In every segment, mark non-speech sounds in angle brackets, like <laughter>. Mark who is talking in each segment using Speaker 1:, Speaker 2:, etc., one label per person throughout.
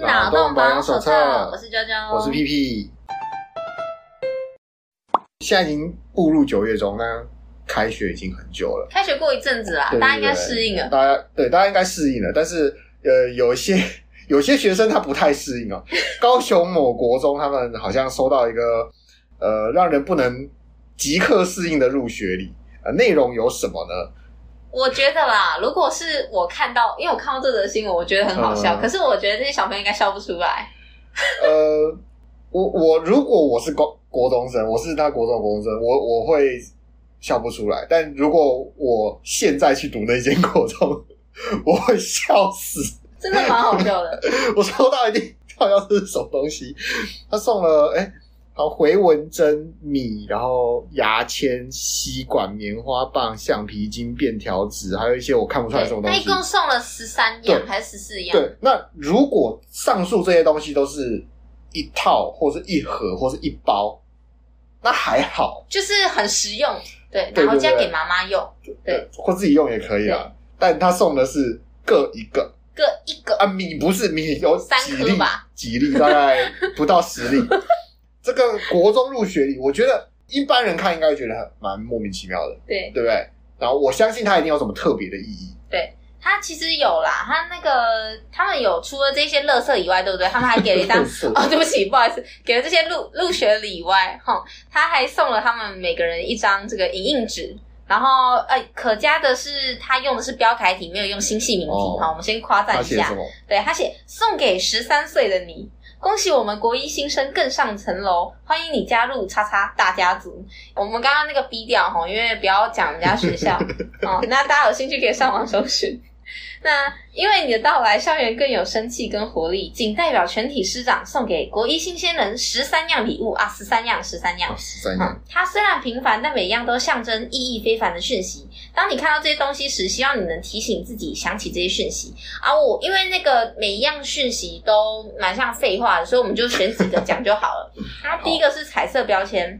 Speaker 1: 脑洞保养手册
Speaker 2: 我是娇娇，
Speaker 1: 我是屁屁。现在已经步入九月中，那开学已经很久了，
Speaker 2: 开学过一阵子啦，
Speaker 1: 对
Speaker 2: 大家应该
Speaker 1: 对对
Speaker 2: 适应了。
Speaker 1: 大家对大家应该适应了，但是呃，有一些 <laughs> 有些学生他不太适应哦。高雄某国中，他们好像收到一个呃让人不能即刻适应的入学礼，呃，内容有什么呢？
Speaker 2: 我觉得啦，如果是我看到，因为我看到这则新闻，我觉得很好笑，
Speaker 1: 嗯
Speaker 2: 可是我觉得这些小朋友应该笑不出来。
Speaker 1: 呃，我我如果我是高国中生，我是他国中的国中生，我我会笑不出来。但如果我现在去读那间国中，我会笑死。
Speaker 2: 真的蛮好笑的，
Speaker 1: 我收到一定好像是什么东西，他送了哎。好，回纹针、米，然后牙签、吸管、棉花棒、橡皮筋、便条纸，还有一些 <laughs> 我看不出来什么
Speaker 2: 对
Speaker 1: 东
Speaker 2: 他
Speaker 1: 西。
Speaker 2: 一哎共送了十三样
Speaker 1: 对
Speaker 2: 还是十四样？
Speaker 1: 对，那如果上述这些东西都是一套，或是一盒，或是一包，那还好，
Speaker 2: 就是很实用，对，
Speaker 1: 对
Speaker 2: 然后
Speaker 1: 对
Speaker 2: 这样
Speaker 1: 对
Speaker 2: 给妈妈用，对，
Speaker 1: 或自己用也可以啊。但他送的是各一个
Speaker 2: 各一个
Speaker 1: 啊，米不是米，有
Speaker 2: 三
Speaker 1: 几
Speaker 2: 颗
Speaker 1: 粒
Speaker 2: 吧，
Speaker 1: 几粒大概不到十粒。 <laughs> 这个国中入学礼，我觉得一般人看应该会觉得很蛮莫名其妙的，
Speaker 2: 对，
Speaker 1: 对不对？然后我相信它一定有什么特别的意义。
Speaker 2: 他其实有啦，他那个他们有除了这些乐色以外，对不对？他们还给了一张哦，对不起，不好意思，给了这些入入学礼以外，哈，他还送了他们每个人一张这个影印纸。然后，呃，可嘉的是他用的是标楷体，没有用新细明体。
Speaker 1: 哦
Speaker 2: 好，我们先夸赞
Speaker 1: <laughs> 他
Speaker 2: 一
Speaker 1: 写
Speaker 2: 下
Speaker 1: 什。么？
Speaker 2: 对他写送给十三岁的你，恭喜我们国一新生更上层楼，欢迎你加入叉叉大家族。我们刚刚那个 B 调哈，因为不要讲人家学校哦，那大家有兴趣可以上网搜寻。那因为你的到来，校园更有生气跟活力，仅代表全体师长送给国一新鲜人十三样礼物啊，十三样，十三样
Speaker 1: 啊，。十三样
Speaker 2: 嗯，它虽然平凡，但每一样都象征意义非凡的讯息。当你看到这些东西时，希望你能提醒自己想起这些讯息。而、我因为那个每一样讯息都蛮像废话的，所以我们就选几个讲就好了。然后第一个是彩色标签，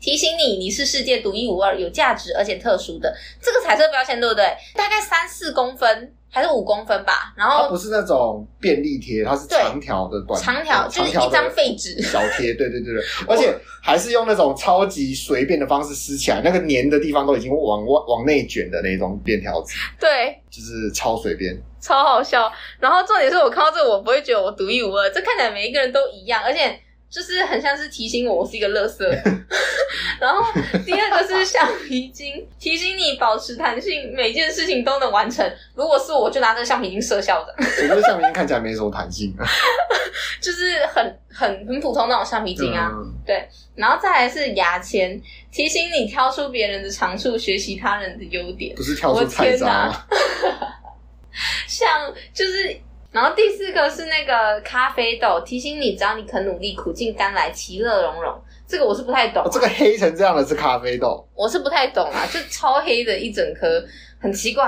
Speaker 2: 提醒你你是世界独一无二、有价值而且特殊的。这个彩色标签对不对？大概三四公分还是五公分吧，然
Speaker 1: 它
Speaker 2: 后
Speaker 1: 不是那种便利贴，它是
Speaker 2: 哦对
Speaker 1: 长条的短
Speaker 2: 长条
Speaker 1: 嗯
Speaker 2: 就是一
Speaker 1: 长条
Speaker 2: 张
Speaker 1: 的
Speaker 2: 废纸。
Speaker 1: 小贴，对对
Speaker 2: <laughs>
Speaker 1: 对对，而且还是用那种超级随便的方式撕起来，那个粘的地方都已经往外往内卷的那种便条纸，
Speaker 2: 对，
Speaker 1: 就是超随便。
Speaker 2: 超好笑。然后重点是我看到这，我不会觉得我独一无二，这看起来每一个人都一样，而且就是很像是提醒我我是一个垃圾。 <laughs> 然后第二个是橡皮筋， <laughs> 提醒你保持弹性，每件事情都能完成。如果是我，我就拿这个橡皮筋射校长，
Speaker 1: 我觉得橡皮筋看起来没什么
Speaker 2: <laughs>
Speaker 1: 弹性，
Speaker 2: 就是很很很普通那种橡皮筋啊。
Speaker 1: <laughs> 嗯
Speaker 2: 然后再来是牙签，提醒你挑出别人的长处，学习他人的优点。
Speaker 1: 不是跳出菜渣
Speaker 2: 我
Speaker 1: 吗？
Speaker 2: 像就是，然后第四个是那个咖啡豆，提醒你，只要你肯努力，苦尽甘来，其乐融融。这个我是不太懂、
Speaker 1: 哦这个黑成这样的是咖啡豆，
Speaker 2: 我是不太懂啊，就超黑的一整颗，很奇怪。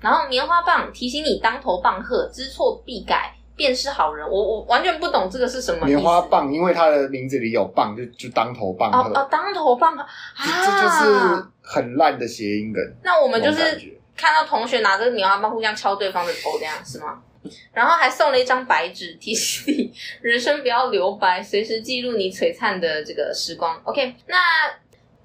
Speaker 2: 然后棉花棒提醒你当头棒喝，知错必改，便是好人。我我完全不懂这个是什么意思
Speaker 1: 棉花。棒，因为它的名字里有棒，就就当头棒
Speaker 2: 哦
Speaker 1: 喝，
Speaker 2: 哦，当头棒喝
Speaker 1: 这
Speaker 2: 啊！
Speaker 1: 这就是很烂的谐音梗。
Speaker 2: 那我们就
Speaker 1: 那种感
Speaker 2: 是
Speaker 1: 觉
Speaker 2: 看到同学拿着棉花棒互相敲对方的头，这样是吗？然后还送了一张白纸，提醒你人生不要留白，随时记录你璀璨的这个时光。OK，那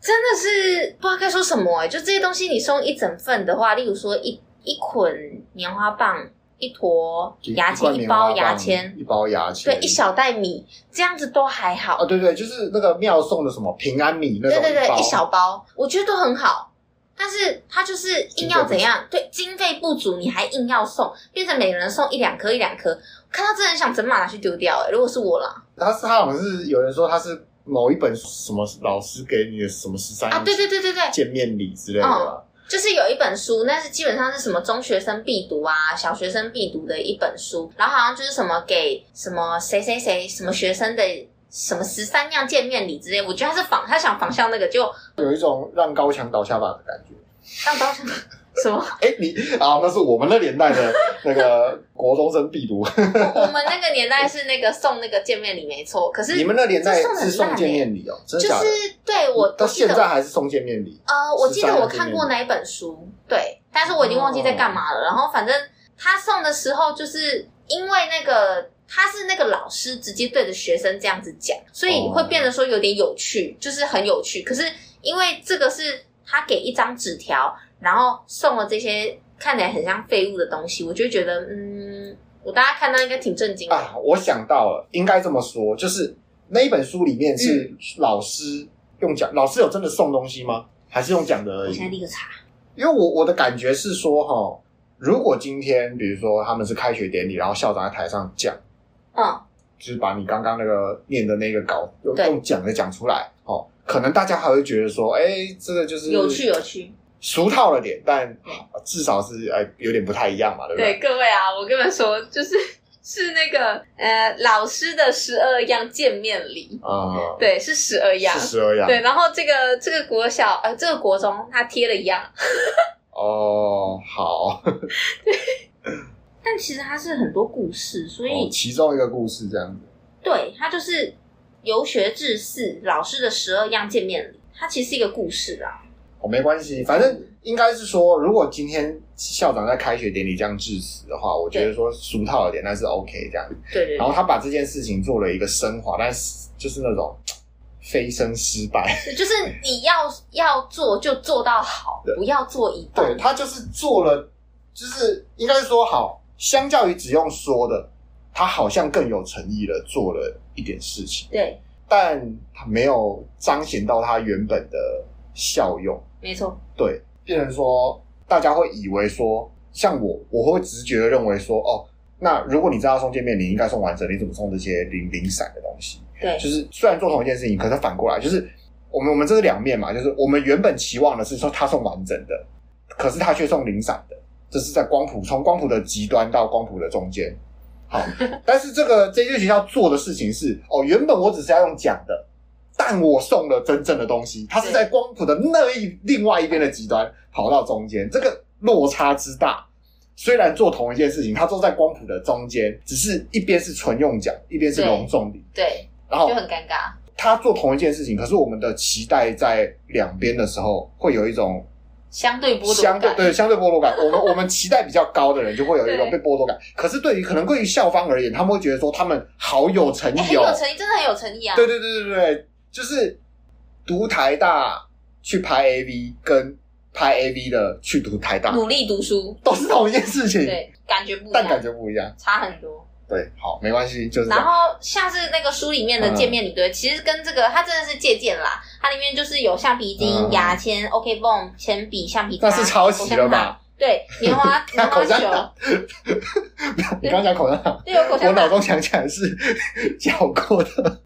Speaker 2: 真的是不知道该说什么哎、就这些东西你送一整份的话，例如说一一捆棉花棒、一坨
Speaker 1: 就
Speaker 2: 牙
Speaker 1: 罐
Speaker 2: 签、一
Speaker 1: 棉花
Speaker 2: 包牙
Speaker 1: 棒
Speaker 2: 签，
Speaker 1: 一包牙签，
Speaker 2: 对，一小袋米，这样子都还好。
Speaker 1: 哦，对对，就是那个庙送的什么平安米那
Speaker 2: 对
Speaker 1: 种
Speaker 2: 对对，
Speaker 1: 包
Speaker 2: 一小包，我觉得都很好。但是他就是硬要怎样？对，经费不足，你还硬要送，变成每个人送一两颗一两颗。看到真的很想整码拿去丢掉、欸。如果是我啦，
Speaker 1: 他是他好像是有人说他是某一本什么老师给你的什么十三
Speaker 2: 啊，对对对对对，
Speaker 1: 见面礼之类的吧，
Speaker 2: 就是有一本书，那是基本上是什么中学生必读啊、小学生必读的一本书，然后好像就是什么给什么谁谁谁什么学生的什么十三样见面礼之类。我觉得他是仿，他想仿效那个，就
Speaker 1: 有一种让高墙倒下巴的感觉。
Speaker 2: 让当成什么
Speaker 1: 哎，你啊，那是我们那年代
Speaker 2: <laughs>
Speaker 1: 的那个国中生必读，
Speaker 2: 我我们那个年代是那个送那个见面礼没错，可是
Speaker 1: 你们那年代
Speaker 2: 这送得很
Speaker 1: 是送
Speaker 2: 烂
Speaker 1: 见
Speaker 2: 欸
Speaker 1: 面礼哦，真
Speaker 2: 就
Speaker 1: 的假的？
Speaker 2: 是对我
Speaker 1: 到
Speaker 2: 我记
Speaker 1: 现
Speaker 2: 得
Speaker 1: 在还是送见面礼，
Speaker 2: 呃，我记得
Speaker 1: 13
Speaker 2: 我看过那一本书，对，但是我已经忘记在干嘛了。然后反正他送的时候，就是因为那个他是那个老师直接对着学生这样子讲，所以会变得说有点有趣，就是很有趣。可是因为这个是他给一张纸条，然后送了这些看起来很像废物的东西，我就会觉得，嗯，我大家看到应该挺震惊的。
Speaker 1: 啊，我想到了，应该这么说，就是那一本书里面是
Speaker 2: 嗯
Speaker 1: 老师用讲，老师有真的送东西吗？还是用讲的而
Speaker 2: 我
Speaker 1: 已
Speaker 2: 现？在立个查，
Speaker 1: 因为我我的感觉是说，哈，如果今天比如说他们是开学典礼，然后校长在台上讲，
Speaker 2: 嗯，
Speaker 1: 就是把你刚刚那个念的那个稿用
Speaker 2: 对
Speaker 1: 用讲的讲出来，哦，可能大家还会觉得说，哎、这个就是
Speaker 2: 嗯有趣有趣。
Speaker 1: 俗套了点，但至少是哎、有点不太一样嘛，对不
Speaker 2: 对各位啊，我跟你们说，就是 <laughs> 是那个呃老师的十二样见面礼，
Speaker 1: 啊、嗯，
Speaker 2: 对，是十二样
Speaker 1: 是。十二样，
Speaker 2: 对，然后这个这个国小呃，这个国中他贴了一样，
Speaker 1: 哦，好，
Speaker 2: 但其实它是很多故事，所以、
Speaker 1: 哦其中一个故事这样子。
Speaker 2: 对它就是游学至四老师的十二样见面礼，它其实是一个故事啦。
Speaker 1: 哦，没关系，反正应该是说，如果今天校长在开学典礼这样致辞的话，我觉得说俗套了点，但是 OK 这样。
Speaker 2: 对对
Speaker 1: 然
Speaker 2: 对
Speaker 1: 后他把这件事情做了一个升华，但是就是那种嘖飞升失败。
Speaker 2: 对，就是你要要做就做到好，不要做一半
Speaker 1: 对。他就是做了，就是应该说好，相较于只用说的，他好像更有诚意的做了一点事情，
Speaker 2: 对，
Speaker 1: 但他没有彰显到他原本的效用。
Speaker 2: 没错，
Speaker 1: 对，变成说大家会以为说，像我，我会直觉的认为说，哦，那如果你知道要送见面，你应该送完整，你怎么送这些零零散的东西？
Speaker 2: 对
Speaker 1: 就是虽然做同一件事情，可是反过来就是我们我们这是两面嘛，就是我们原本期望的是说他送完整的，可是他却送零散的，这是在光谱从光谱的极端到光谱的中间。好，但是这个这些学校做的事情是哦，原本我只是要用讲的，但我送了真正的东西，它是在光谱的那一另外一边的极端跑到中间，这个落差之大。虽然做同一件事情，它都在光谱的中间，只是一边是纯用讲，一边是
Speaker 2: 对
Speaker 1: 隆重礼，
Speaker 2: 对，
Speaker 1: 然后
Speaker 2: 就很尴尬。
Speaker 1: 他做同一件事情，可是我们的期待在两边的时候，会有一种
Speaker 2: 相对剥夺
Speaker 1: 相对
Speaker 2: 感，
Speaker 1: 对相对剥夺感。我们我们期待比较高的人，就会有一种被
Speaker 2: 对
Speaker 1: 剥夺感。可是对于可能对于校方而言，他们会觉得说他们好有诚
Speaker 2: 哎，
Speaker 1: 意
Speaker 2: 很
Speaker 1: 哦
Speaker 2: 有，诚意，真的很有诚意啊。
Speaker 1: 对对对对对，就是读台大去拍 AV 跟拍 AV 的去读台大
Speaker 2: 努力读书，
Speaker 1: 都是同一件事情，
Speaker 2: 对，感觉不一
Speaker 1: 嗯但感
Speaker 2: 样，
Speaker 1: 觉不一样。
Speaker 2: 差很多。
Speaker 1: 对，好，没关系，就是这
Speaker 2: 然
Speaker 1: 样。
Speaker 2: 后像是那个书里面的见面礼对，其实跟这个它真的是借鉴啦。它里面就是有橡皮筋、
Speaker 1: 嗯
Speaker 2: 牙签、OK 泵、铅笔、橡皮擦，
Speaker 1: 那是抄袭了吧？
Speaker 2: 口香糖？对，棉花
Speaker 1: <laughs>
Speaker 2: 棉花
Speaker 1: 口香糖
Speaker 2: 球，
Speaker 1: 你刚刚讲口香糖，
Speaker 2: 对，有口
Speaker 1: 我
Speaker 2: 香
Speaker 1: 脑
Speaker 2: 糖，
Speaker 1: 中想起来是嚼过的。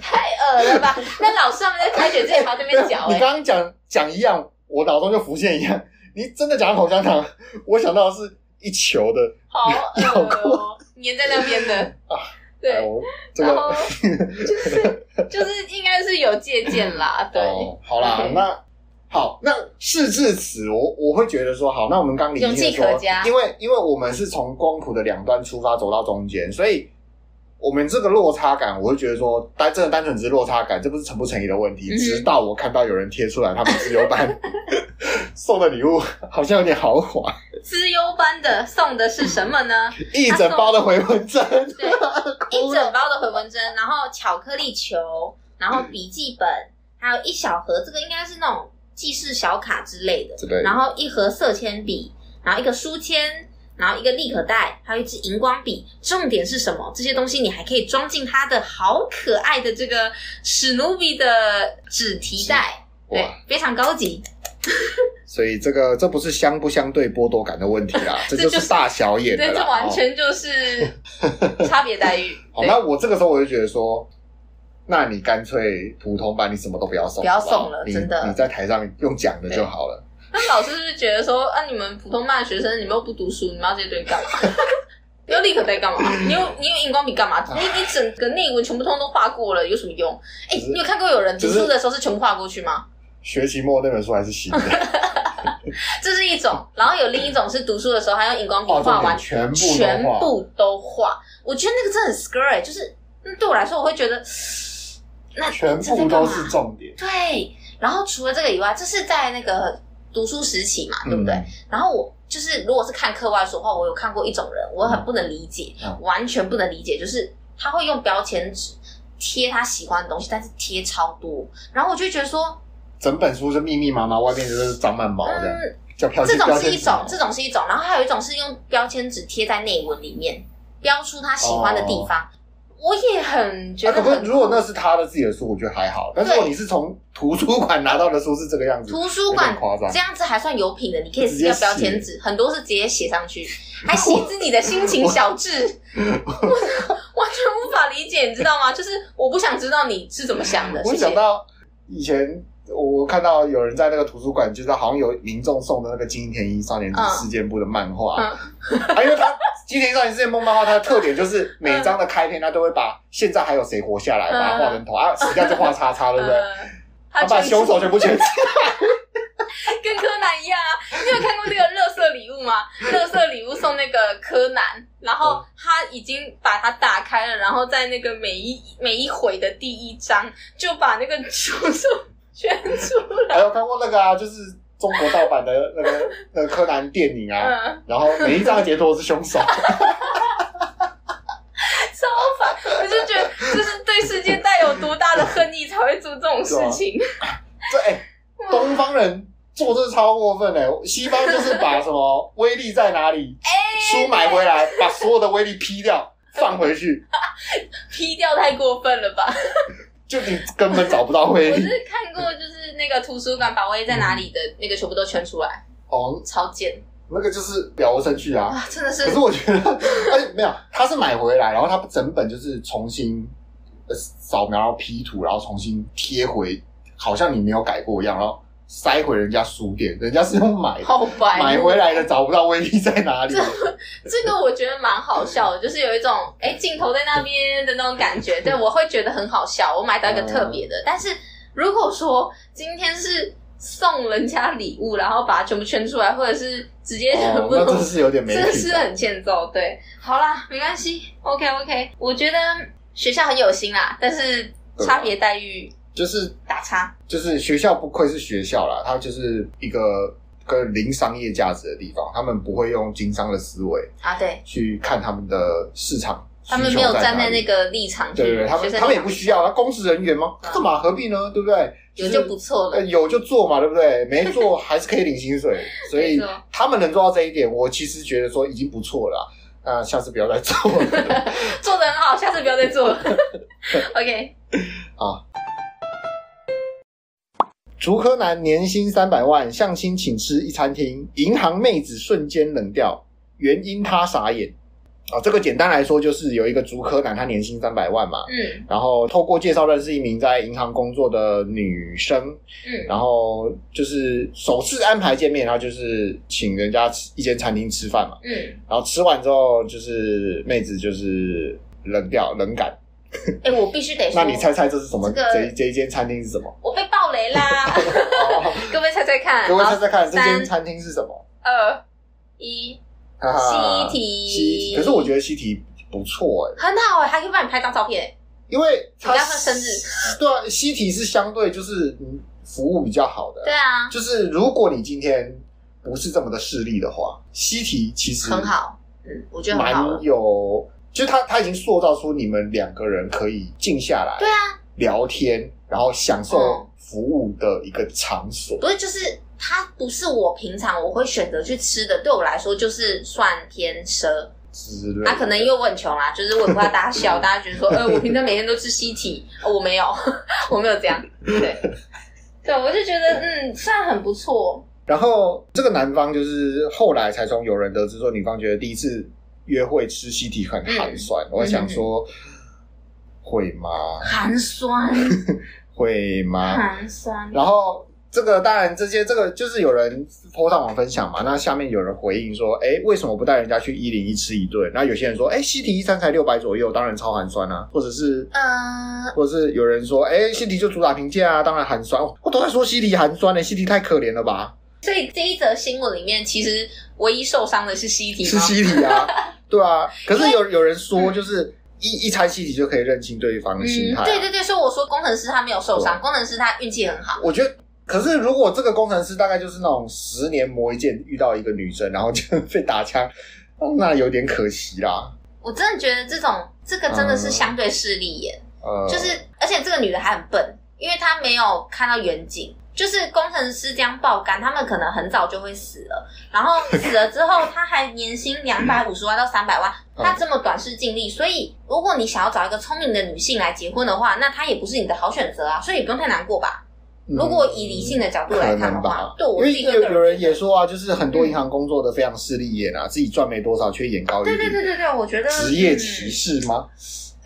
Speaker 2: 太恶了吧？那老师他们在开学之前还在那边嚼、
Speaker 1: <laughs> 你
Speaker 2: 欸，
Speaker 1: 刚刚讲讲一样，我脑中就浮现一样。你真的讲口香糖，我想到的是一球的。
Speaker 2: 好
Speaker 1: 咬
Speaker 2: 恶哦、粘在那边的
Speaker 1: 啊。
Speaker 2: 对，
Speaker 1: 哎我这
Speaker 2: 然
Speaker 1: 个
Speaker 2: 后就是就是应该是有借鉴
Speaker 1: <laughs>
Speaker 2: 啦，对，
Speaker 1: 哦，好啦
Speaker 2: OK，
Speaker 1: 那好，那事至此，我我会觉得说，好，那我们刚理
Speaker 2: 勇
Speaker 1: 解
Speaker 2: 气
Speaker 1: 说
Speaker 2: 可嘉，
Speaker 1: 因为因为我们是从光谱的两端出发走到中间，所以。我们这个落差感，我会觉得说，单真的单纯只是落差感，这不是成不成疑的问题。
Speaker 2: 嗯哼
Speaker 1: 直到我看到有人贴出来他们自由班 <laughs> 送的礼物，好像有点豪华，
Speaker 2: 资优班的送的是什么呢？
Speaker 1: 一整包的回纹针，
Speaker 2: 对，一整包的回纹针，然后巧克力球，然后笔记本，还有一小盒，这个应该是那种记事小卡之类的，
Speaker 1: 之类的
Speaker 2: 然后一盒色铅笔，然后一个书签。然后一个立可带，还有一支荧光笔。重点是什么？这些东西你还可以装进它的好可爱的这个史努比的纸提袋，对
Speaker 1: 哇，
Speaker 2: 非常高级。
Speaker 1: 所以这个这不是相不相对剥夺感的问题啦，这就是大小眼的
Speaker 2: 对，这
Speaker 1: 啦。
Speaker 2: 完
Speaker 1: 哦
Speaker 2: 全就是差别待遇。
Speaker 1: 好，
Speaker 2: 对
Speaker 1: 哦那我这个时候我就觉得说，那你干脆普通版，你什么都不要送，
Speaker 2: 不要
Speaker 1: 好好
Speaker 2: 送了
Speaker 1: 你
Speaker 2: 真的
Speaker 1: 你在台上用讲的就好了。
Speaker 2: 那老师是不是觉得说，啊，你们普通班的学生，你们又不读书，你们要这些东西干
Speaker 1: <laughs>
Speaker 2: 嘛？你又立刻在干嘛？你又你用荧光笔干嘛？你你整个内文全部通都画过了，有什么用？哎、
Speaker 1: 就是
Speaker 2: 你有看过有人读
Speaker 1: 就是
Speaker 2: 书的时候是全部画过去吗？
Speaker 1: 学期末那本书还是新的，
Speaker 2: <laughs> 这是一种，然后有另一种是读书的时候还用荧光笔
Speaker 1: 哦
Speaker 2: 画完，
Speaker 1: 全部都
Speaker 2: 全
Speaker 1: 画
Speaker 2: 部都画。我觉得那个真的很 scary，、就是嗯对我来说，我会觉得， <sighs> 那
Speaker 1: 全
Speaker 2: 这在干
Speaker 1: 部都
Speaker 2: 嘛
Speaker 1: 是重点。
Speaker 2: 对，然后除了这个以外，这是在那个读书时期嘛，
Speaker 1: 嗯
Speaker 2: 对不对？然后我就是如果是看课外书的话，我有看过一种人，我很不能理解，
Speaker 1: 嗯
Speaker 2: 完全不能理解，就是他会用标签纸贴他喜欢的东西，但是贴超多，然后我就会觉得说，
Speaker 1: 整本书是密密麻麻，外面就是长满毛的，
Speaker 2: 嗯，
Speaker 1: 叫飘
Speaker 2: 这种是一种
Speaker 1: 哦标，签
Speaker 2: 这种是一种，然后还有一种是用标签纸贴在内文里面，标出他喜欢的地方。我也很觉
Speaker 1: 哦啊，
Speaker 2: 得
Speaker 1: 可
Speaker 2: 很酷、
Speaker 1: 不，如果那是他的自己的书，我觉得还好。但是如果你是从图书馆拿到的书是这个样子，
Speaker 2: 图书
Speaker 1: 有
Speaker 2: 馆
Speaker 1: 点夸张
Speaker 2: 这样子还算有品的，你可以撕
Speaker 1: 直接
Speaker 2: 掉
Speaker 1: 写
Speaker 2: 标签纸，很多是直接写上去，还写自己的心情小
Speaker 1: <laughs>
Speaker 2: 志，我完全无法理解，你知道吗？就是我不想知道你是怎么想的。
Speaker 1: 我
Speaker 2: 谢谢
Speaker 1: 想到以前我看到有人在那个图书馆，就是好像有民众送的那个金田一少年事件簿的漫画，
Speaker 2: 嗯
Speaker 1: 啊，因为他金田一少年事件簿漫画它的特点就是每章的开篇，他都会把现在还有谁活下来，
Speaker 2: 嗯
Speaker 1: 把它画成头啊，死掉就画叉叉，对不对？
Speaker 2: 呃
Speaker 1: 他
Speaker 2: 他
Speaker 1: 把
Speaker 2: 全部
Speaker 1: 凶手全
Speaker 2: <laughs>
Speaker 1: 部圈起来，
Speaker 2: 跟柯南一样啊！你有看过那个乐色礼物吗？乐色礼物送那个柯南，然
Speaker 1: 嗯
Speaker 2: 后他已经把它打开了，然后在那个每一每一回的第一章就把那个 <laughs> 主角圈出来。
Speaker 1: 还有看过那个啊，就是中国盗版的那个那个柯南电影啊，
Speaker 2: 嗯。
Speaker 1: 然后每一章的截图都是凶手。
Speaker 2: 超烦！我就觉得，就是对世界带有多大的恨意才会做这种事
Speaker 1: 啊
Speaker 2: 情。
Speaker 1: <laughs> 这哎、东方人做这超过分哎、西方就是把什么威力在哪里、
Speaker 2: 哎
Speaker 1: 书买回来，把所有的威力劈掉，放回去，
Speaker 2: 劈掉太过分了吧？
Speaker 1: 就你根本找不到威
Speaker 2: 我
Speaker 1: 力。
Speaker 2: 是看过，就是那个图书馆把位在哪里的那个全部都圈出来，
Speaker 1: 哦，
Speaker 2: 超贱
Speaker 1: 那个就是了无生趣啊。
Speaker 2: 啊！真的是
Speaker 1: 可是我觉得，而且没有，他是买回来，然后他整本就是重新呃扫描、然后 P 图，然后重新贴回，好像你没有改过一样，然后塞回人家书店，人家是用买的。
Speaker 2: 好白。
Speaker 1: 买回来的找不到威力在哪里，
Speaker 2: 这个我觉得蛮好笑的，就是有一种哎镜头在那边的那种感
Speaker 1: <laughs>
Speaker 2: 觉，对我会觉得很好笑。我买到一个特别的，
Speaker 1: 嗯
Speaker 2: 但是如果说今天是送人家礼物，然后把它全部圈出来，或者是直 <laughs> 接全
Speaker 1: 哦，
Speaker 2: 部、
Speaker 1: 那真是有点没品
Speaker 2: 真
Speaker 1: 啊。
Speaker 2: 的是很欠揍。对，好啦，没关系，OK OK，我觉得学校很有心啦，但是
Speaker 1: 啊
Speaker 2: 差别待遇
Speaker 1: 就是
Speaker 2: 打叉。
Speaker 1: 就是学校不愧是学校啦，它就是一个跟零商业价值的地方，他们不会用经商的思维
Speaker 2: 啊，对，
Speaker 1: 去看他们的市场需求
Speaker 2: 他
Speaker 1: 哪
Speaker 2: 们
Speaker 1: 里，
Speaker 2: 没有站在那个立场去，
Speaker 1: 对对对，他
Speaker 2: 学
Speaker 1: 们
Speaker 2: 生
Speaker 1: 他们也不需要，他公职人员吗？
Speaker 2: 嗯
Speaker 1: 干嘛何必呢？对不对？
Speaker 2: 有
Speaker 1: 是
Speaker 2: 就不错
Speaker 1: 呃
Speaker 2: 了。
Speaker 1: 有就做嘛，对不对？没做还是可以领薪
Speaker 2: <laughs>
Speaker 1: 水，所以
Speaker 2: 没错
Speaker 1: 他们能做到这一点，我其实觉得说已经不错了啊。那下次不要再做了。
Speaker 2: 做的很好，下次不要再做了。OK，
Speaker 1: 竹柯南年薪三百万，相亲请吃一餐厅，银行妹子瞬间冷掉，原因他傻眼。啊、这个简单来说就是有一个竹柯南，他年薪三百万嘛，
Speaker 2: 嗯
Speaker 1: 然后透过介绍认识一名在银行工作的女生，
Speaker 2: 嗯，
Speaker 1: 然后就是首次安排见面，然后就是请人家吃一间餐厅吃饭嘛，
Speaker 2: 嗯，
Speaker 1: 然后吃完之后就是妹子就是冷掉冷感，
Speaker 2: 哎、我必须得说，
Speaker 1: 那你猜猜这是什么？
Speaker 2: 这个
Speaker 1: 这一这一间餐厅
Speaker 2: <laughs>
Speaker 1: 是什么？
Speaker 2: 我被爆雷
Speaker 1: <laughs>
Speaker 2: 啦！
Speaker 1: 哦
Speaker 2: 各位猜猜看，
Speaker 1: 各位
Speaker 2: 好
Speaker 1: 猜猜看，这间
Speaker 2: 三
Speaker 1: 餐厅是什么？
Speaker 2: 二一，
Speaker 1: 啊哈哈
Speaker 2: 西提
Speaker 1: 西可是我觉得西提不错哎、
Speaker 2: 很好哎、还可以帮你拍张照片、欸。
Speaker 1: 因为它
Speaker 2: 比较会生日
Speaker 1: 对啊，西 <laughs> 提是相对就是嗯服务比较好的，
Speaker 2: 对啊，
Speaker 1: 就是如果你今天不是这么的势利的话，西提其实
Speaker 2: 很，好，嗯，我觉得很好了
Speaker 1: 蛮。有，就是他他已经塑造出你们两个人可以静下来，
Speaker 2: 对啊，
Speaker 1: 聊天，然后享受
Speaker 2: 嗯
Speaker 1: 服务的一个场所。
Speaker 2: 不是，就是它不是我平常我会选择去吃的，对我来说就是算偏奢。
Speaker 1: 之类的
Speaker 2: 啊，可能因为我很穷啦，就是我也不怕大家笑，大家觉得说，呃，我平常每天都吃西体，哦我没有， <laughs> 我没有这样。对，对，我就觉得嗯，算很不错。
Speaker 1: 然后这个男方就是后来才从有人得知说，女方觉得第一次约会吃西提很寒酸。我想说，会吗？
Speaker 2: 寒酸，
Speaker 1: 会吗？
Speaker 2: 寒酸，
Speaker 1: 然后这个当然这些这个就是有人 po 上网分享嘛，那下面有人回应说，哎，为什么不带人家去一零一吃一顿？那有些人说，哎，西提一餐才六百左右，当然超寒酸啊，或者是。
Speaker 2: 嗯、
Speaker 1: 或者是有人说，哎、西提就主打评价啊，当然寒酸。我都在说西提寒酸欸呢、西提太可怜了吧？
Speaker 2: 所以这一则新闻里面，其实唯一受伤的是西体
Speaker 1: 是
Speaker 2: 吗？嗯
Speaker 1: 西
Speaker 2: <laughs>
Speaker 1: 体啊，对啊。可是有有人说，就是一一餐西体就可以认清对方的心态、啊
Speaker 2: 对对对，所以我说工程师他没有受伤，
Speaker 1: 对
Speaker 2: 工程师他运气很好。
Speaker 1: 我觉得可是如果这个工程师大概就是那种十年磨一剑，遇到一个女生，然后就被打枪，那有点可惜啦。
Speaker 2: 我真的觉得这种这个真的
Speaker 1: 嗯
Speaker 2: 是相对势利眼，
Speaker 1: 呃，
Speaker 2: 就是而且这个女的还很笨，因为她没有看到远景。就是工程师这样爆肝，他们可能很早就会死了，然后死了之后，他还年薪两百五十万到三百万，
Speaker 1: 嗯
Speaker 2: 他这么短视尽力，所以如果你想要找一个聪明的女性来结婚的话，那她也不是你的好选择啊，所以也不用太难过吧。
Speaker 1: 嗯
Speaker 2: 如果以理性的角度来看的
Speaker 1: 可能吧
Speaker 2: 话，对我自
Speaker 1: 因为
Speaker 2: 己会
Speaker 1: 有有人
Speaker 2: 觉得嗯
Speaker 1: 也说啊，就是很多银行工作的非常势利眼啊，自己赚没多少却眼高于
Speaker 2: 对对
Speaker 1: 你，
Speaker 2: 对对对，我觉得
Speaker 1: <laughs>
Speaker 2: 嗯
Speaker 1: 职业歧视吗？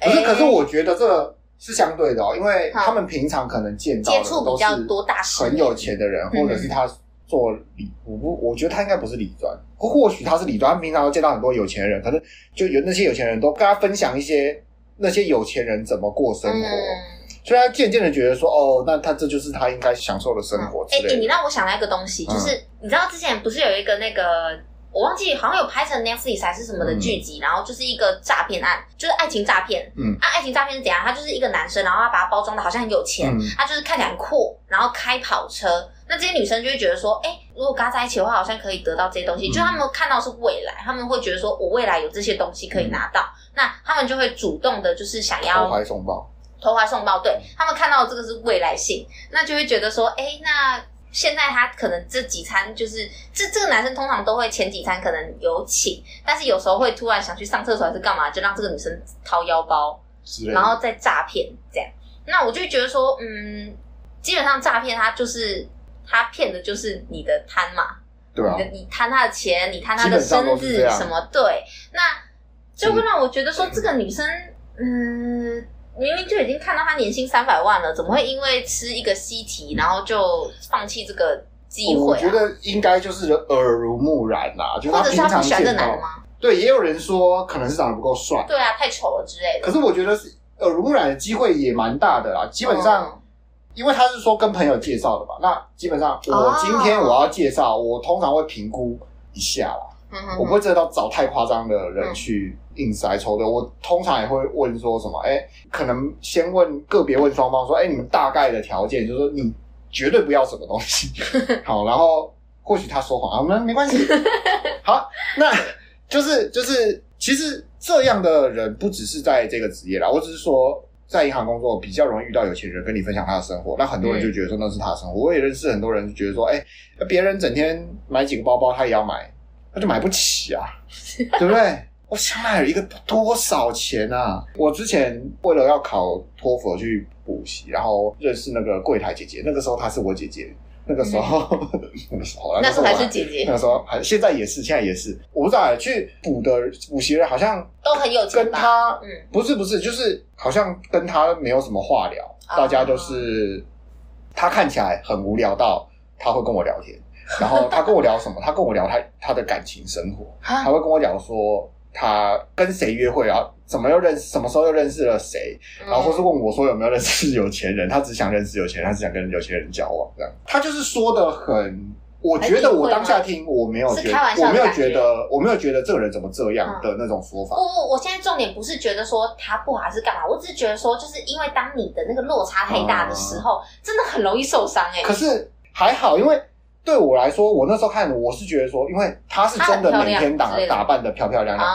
Speaker 1: 可是可是我觉得这是相对的哦，因为
Speaker 2: 哎好
Speaker 1: 他们平常可能见到
Speaker 2: 接
Speaker 1: 的
Speaker 2: 触
Speaker 1: 都
Speaker 2: 比
Speaker 1: 是
Speaker 2: 较多大嗯事，
Speaker 1: 很有钱的人，或者是他做理，我不，我觉得他应该不是理专，或或许他是理专，他平常见到很多有钱人，可是就有那些有钱人都跟他分享一些那些有钱人怎么过生活，
Speaker 2: 嗯
Speaker 1: 所以他渐渐的觉得说，哦，那他这就是他应该享受的生活之
Speaker 2: 哎、欸
Speaker 1: 类
Speaker 2: 你
Speaker 1: 的。嗯
Speaker 2: 让我想到一个东西，就是、你知道之前不是有一个那个，我忘记好像有拍成 Netflix 还是什么的剧集，然后就是一个诈骗案，就是爱情诈骗。
Speaker 1: 嗯
Speaker 2: 啊，爱情诈骗是怎样？他就是一个男生，然后他把他包装的好像很哎有钱，
Speaker 1: 嗯
Speaker 2: 他就是看起来很酷，然后开跑车。那这些女生就会觉得说，哎、如果跟他在一起的话，好像可以得到这些东西。
Speaker 1: 嗯
Speaker 2: 就他们看到是未来，他们会觉得说我未来有这些东西可以拿到，那他们就会主动的，就是想要
Speaker 1: 投嗯怀送抱，
Speaker 2: 投怀送抱，对他们看到的这个是未来性，那就会觉得说，哎、那现在他可能这几餐就是这这个男生通常都会前几餐可能有请，但是有时候会突然想去上厕所还是干嘛，就让这个女生掏腰包，
Speaker 1: 之类的
Speaker 2: 然后再诈骗这样。那我就觉得说，嗯，基本上诈骗他就是他骗的就是你的贪嘛，
Speaker 1: 对啊
Speaker 2: 你的，你贪他的钱，你贪他的
Speaker 1: 基本上
Speaker 2: 身
Speaker 1: 都是这
Speaker 2: 子
Speaker 1: 样
Speaker 2: 什么，对，那就会让我觉得说这个女生，嗯。明明就已经看到她年薪三百万了，怎么会因为吃一个西提，然后就放弃这个机
Speaker 1: 哦我
Speaker 2: 会、
Speaker 1: 觉
Speaker 2: 啊？
Speaker 1: 得应该就是耳濡目染啦、就是
Speaker 2: 或者
Speaker 1: 平
Speaker 2: 是她
Speaker 1: 常
Speaker 2: 不喜欢这
Speaker 1: 见
Speaker 2: 男的
Speaker 1: 到，
Speaker 2: 吗？
Speaker 1: 对，也有人说可能是长得不够帅，
Speaker 2: 对啊，太丑了之类的。
Speaker 1: 可是我觉得是耳濡目染的机会也蛮大的啦，基本上。
Speaker 2: 嗯
Speaker 1: 因为他是说跟朋友介绍的嘛，那基本上
Speaker 2: 哦
Speaker 1: 我今天我要介绍，我通常会评估一下啦，
Speaker 2: 嗯哼
Speaker 1: 我不
Speaker 2: 哼
Speaker 1: 会真的找太夸张的人去硬塞抽的，我通常也会问说什么，哎，可能先问个别问双方说，哎，你们大概的条件，就是说你绝对不要什么东西，好，然后或许他说谎啊，那没关系，好， <laughs> 那就是就是，其实这样的人不只是在这个职业啦，我只是说在银行工作比较容易遇到有钱人跟你分享他的生活，那很多人就觉得说那是他的生活。我也认识很多人就觉得说，哎、别人整天买几个包包，他也要买，他就买不起啊，对不对？我想买了一个多少钱啊？我之前为了要考托福去补习，然后认识那个柜台姐姐，那个时候她是我姐姐，那个时候、 <laughs> 那个时候啦
Speaker 2: 嗯那时候
Speaker 1: 我呃
Speaker 2: 还是姐姐
Speaker 1: 那，个时候还现在也是，现在也是，我不知道欸去补的补习人好像
Speaker 2: 都很有钱
Speaker 1: 跟
Speaker 2: 吧？
Speaker 1: 他
Speaker 2: 嗯，
Speaker 1: 不是不是，就是好像跟他没有什么话聊，
Speaker 2: 啊
Speaker 1: 大家就是他看起来很无聊到他会跟我聊天，然后他跟我聊什么？他 <laughs> 跟我聊他他的感情生活，
Speaker 2: 啊
Speaker 1: 他会跟我聊说他跟谁约会，然后怎么又认识，什么时候又认识了谁，然
Speaker 2: 嗯
Speaker 1: 后或是问我说有没有认识有钱人，他只想认识有钱人，他只想跟有钱人交往这样。他就是说的很，我觉得我当下听我没有觉
Speaker 2: 是
Speaker 1: 得
Speaker 2: 开玩，笑
Speaker 1: 我
Speaker 2: 的
Speaker 1: 没有
Speaker 2: 感觉嗯
Speaker 1: 觉得我没有觉得这个人怎么这样的那种说法。
Speaker 2: 不哦不，我现在重点不是觉得说他不好还是干嘛，我只是觉得说，就是因为当你的那个落差太大的时候，真的很容易受伤哎、
Speaker 1: 哦可是还好，因为对我来说，我那时候看我是觉得说，因为她是真的
Speaker 2: 她很漂
Speaker 1: 每
Speaker 2: 亮
Speaker 1: 天打
Speaker 2: 之类的
Speaker 1: 打扮的漂漂亮亮，
Speaker 2: 啊，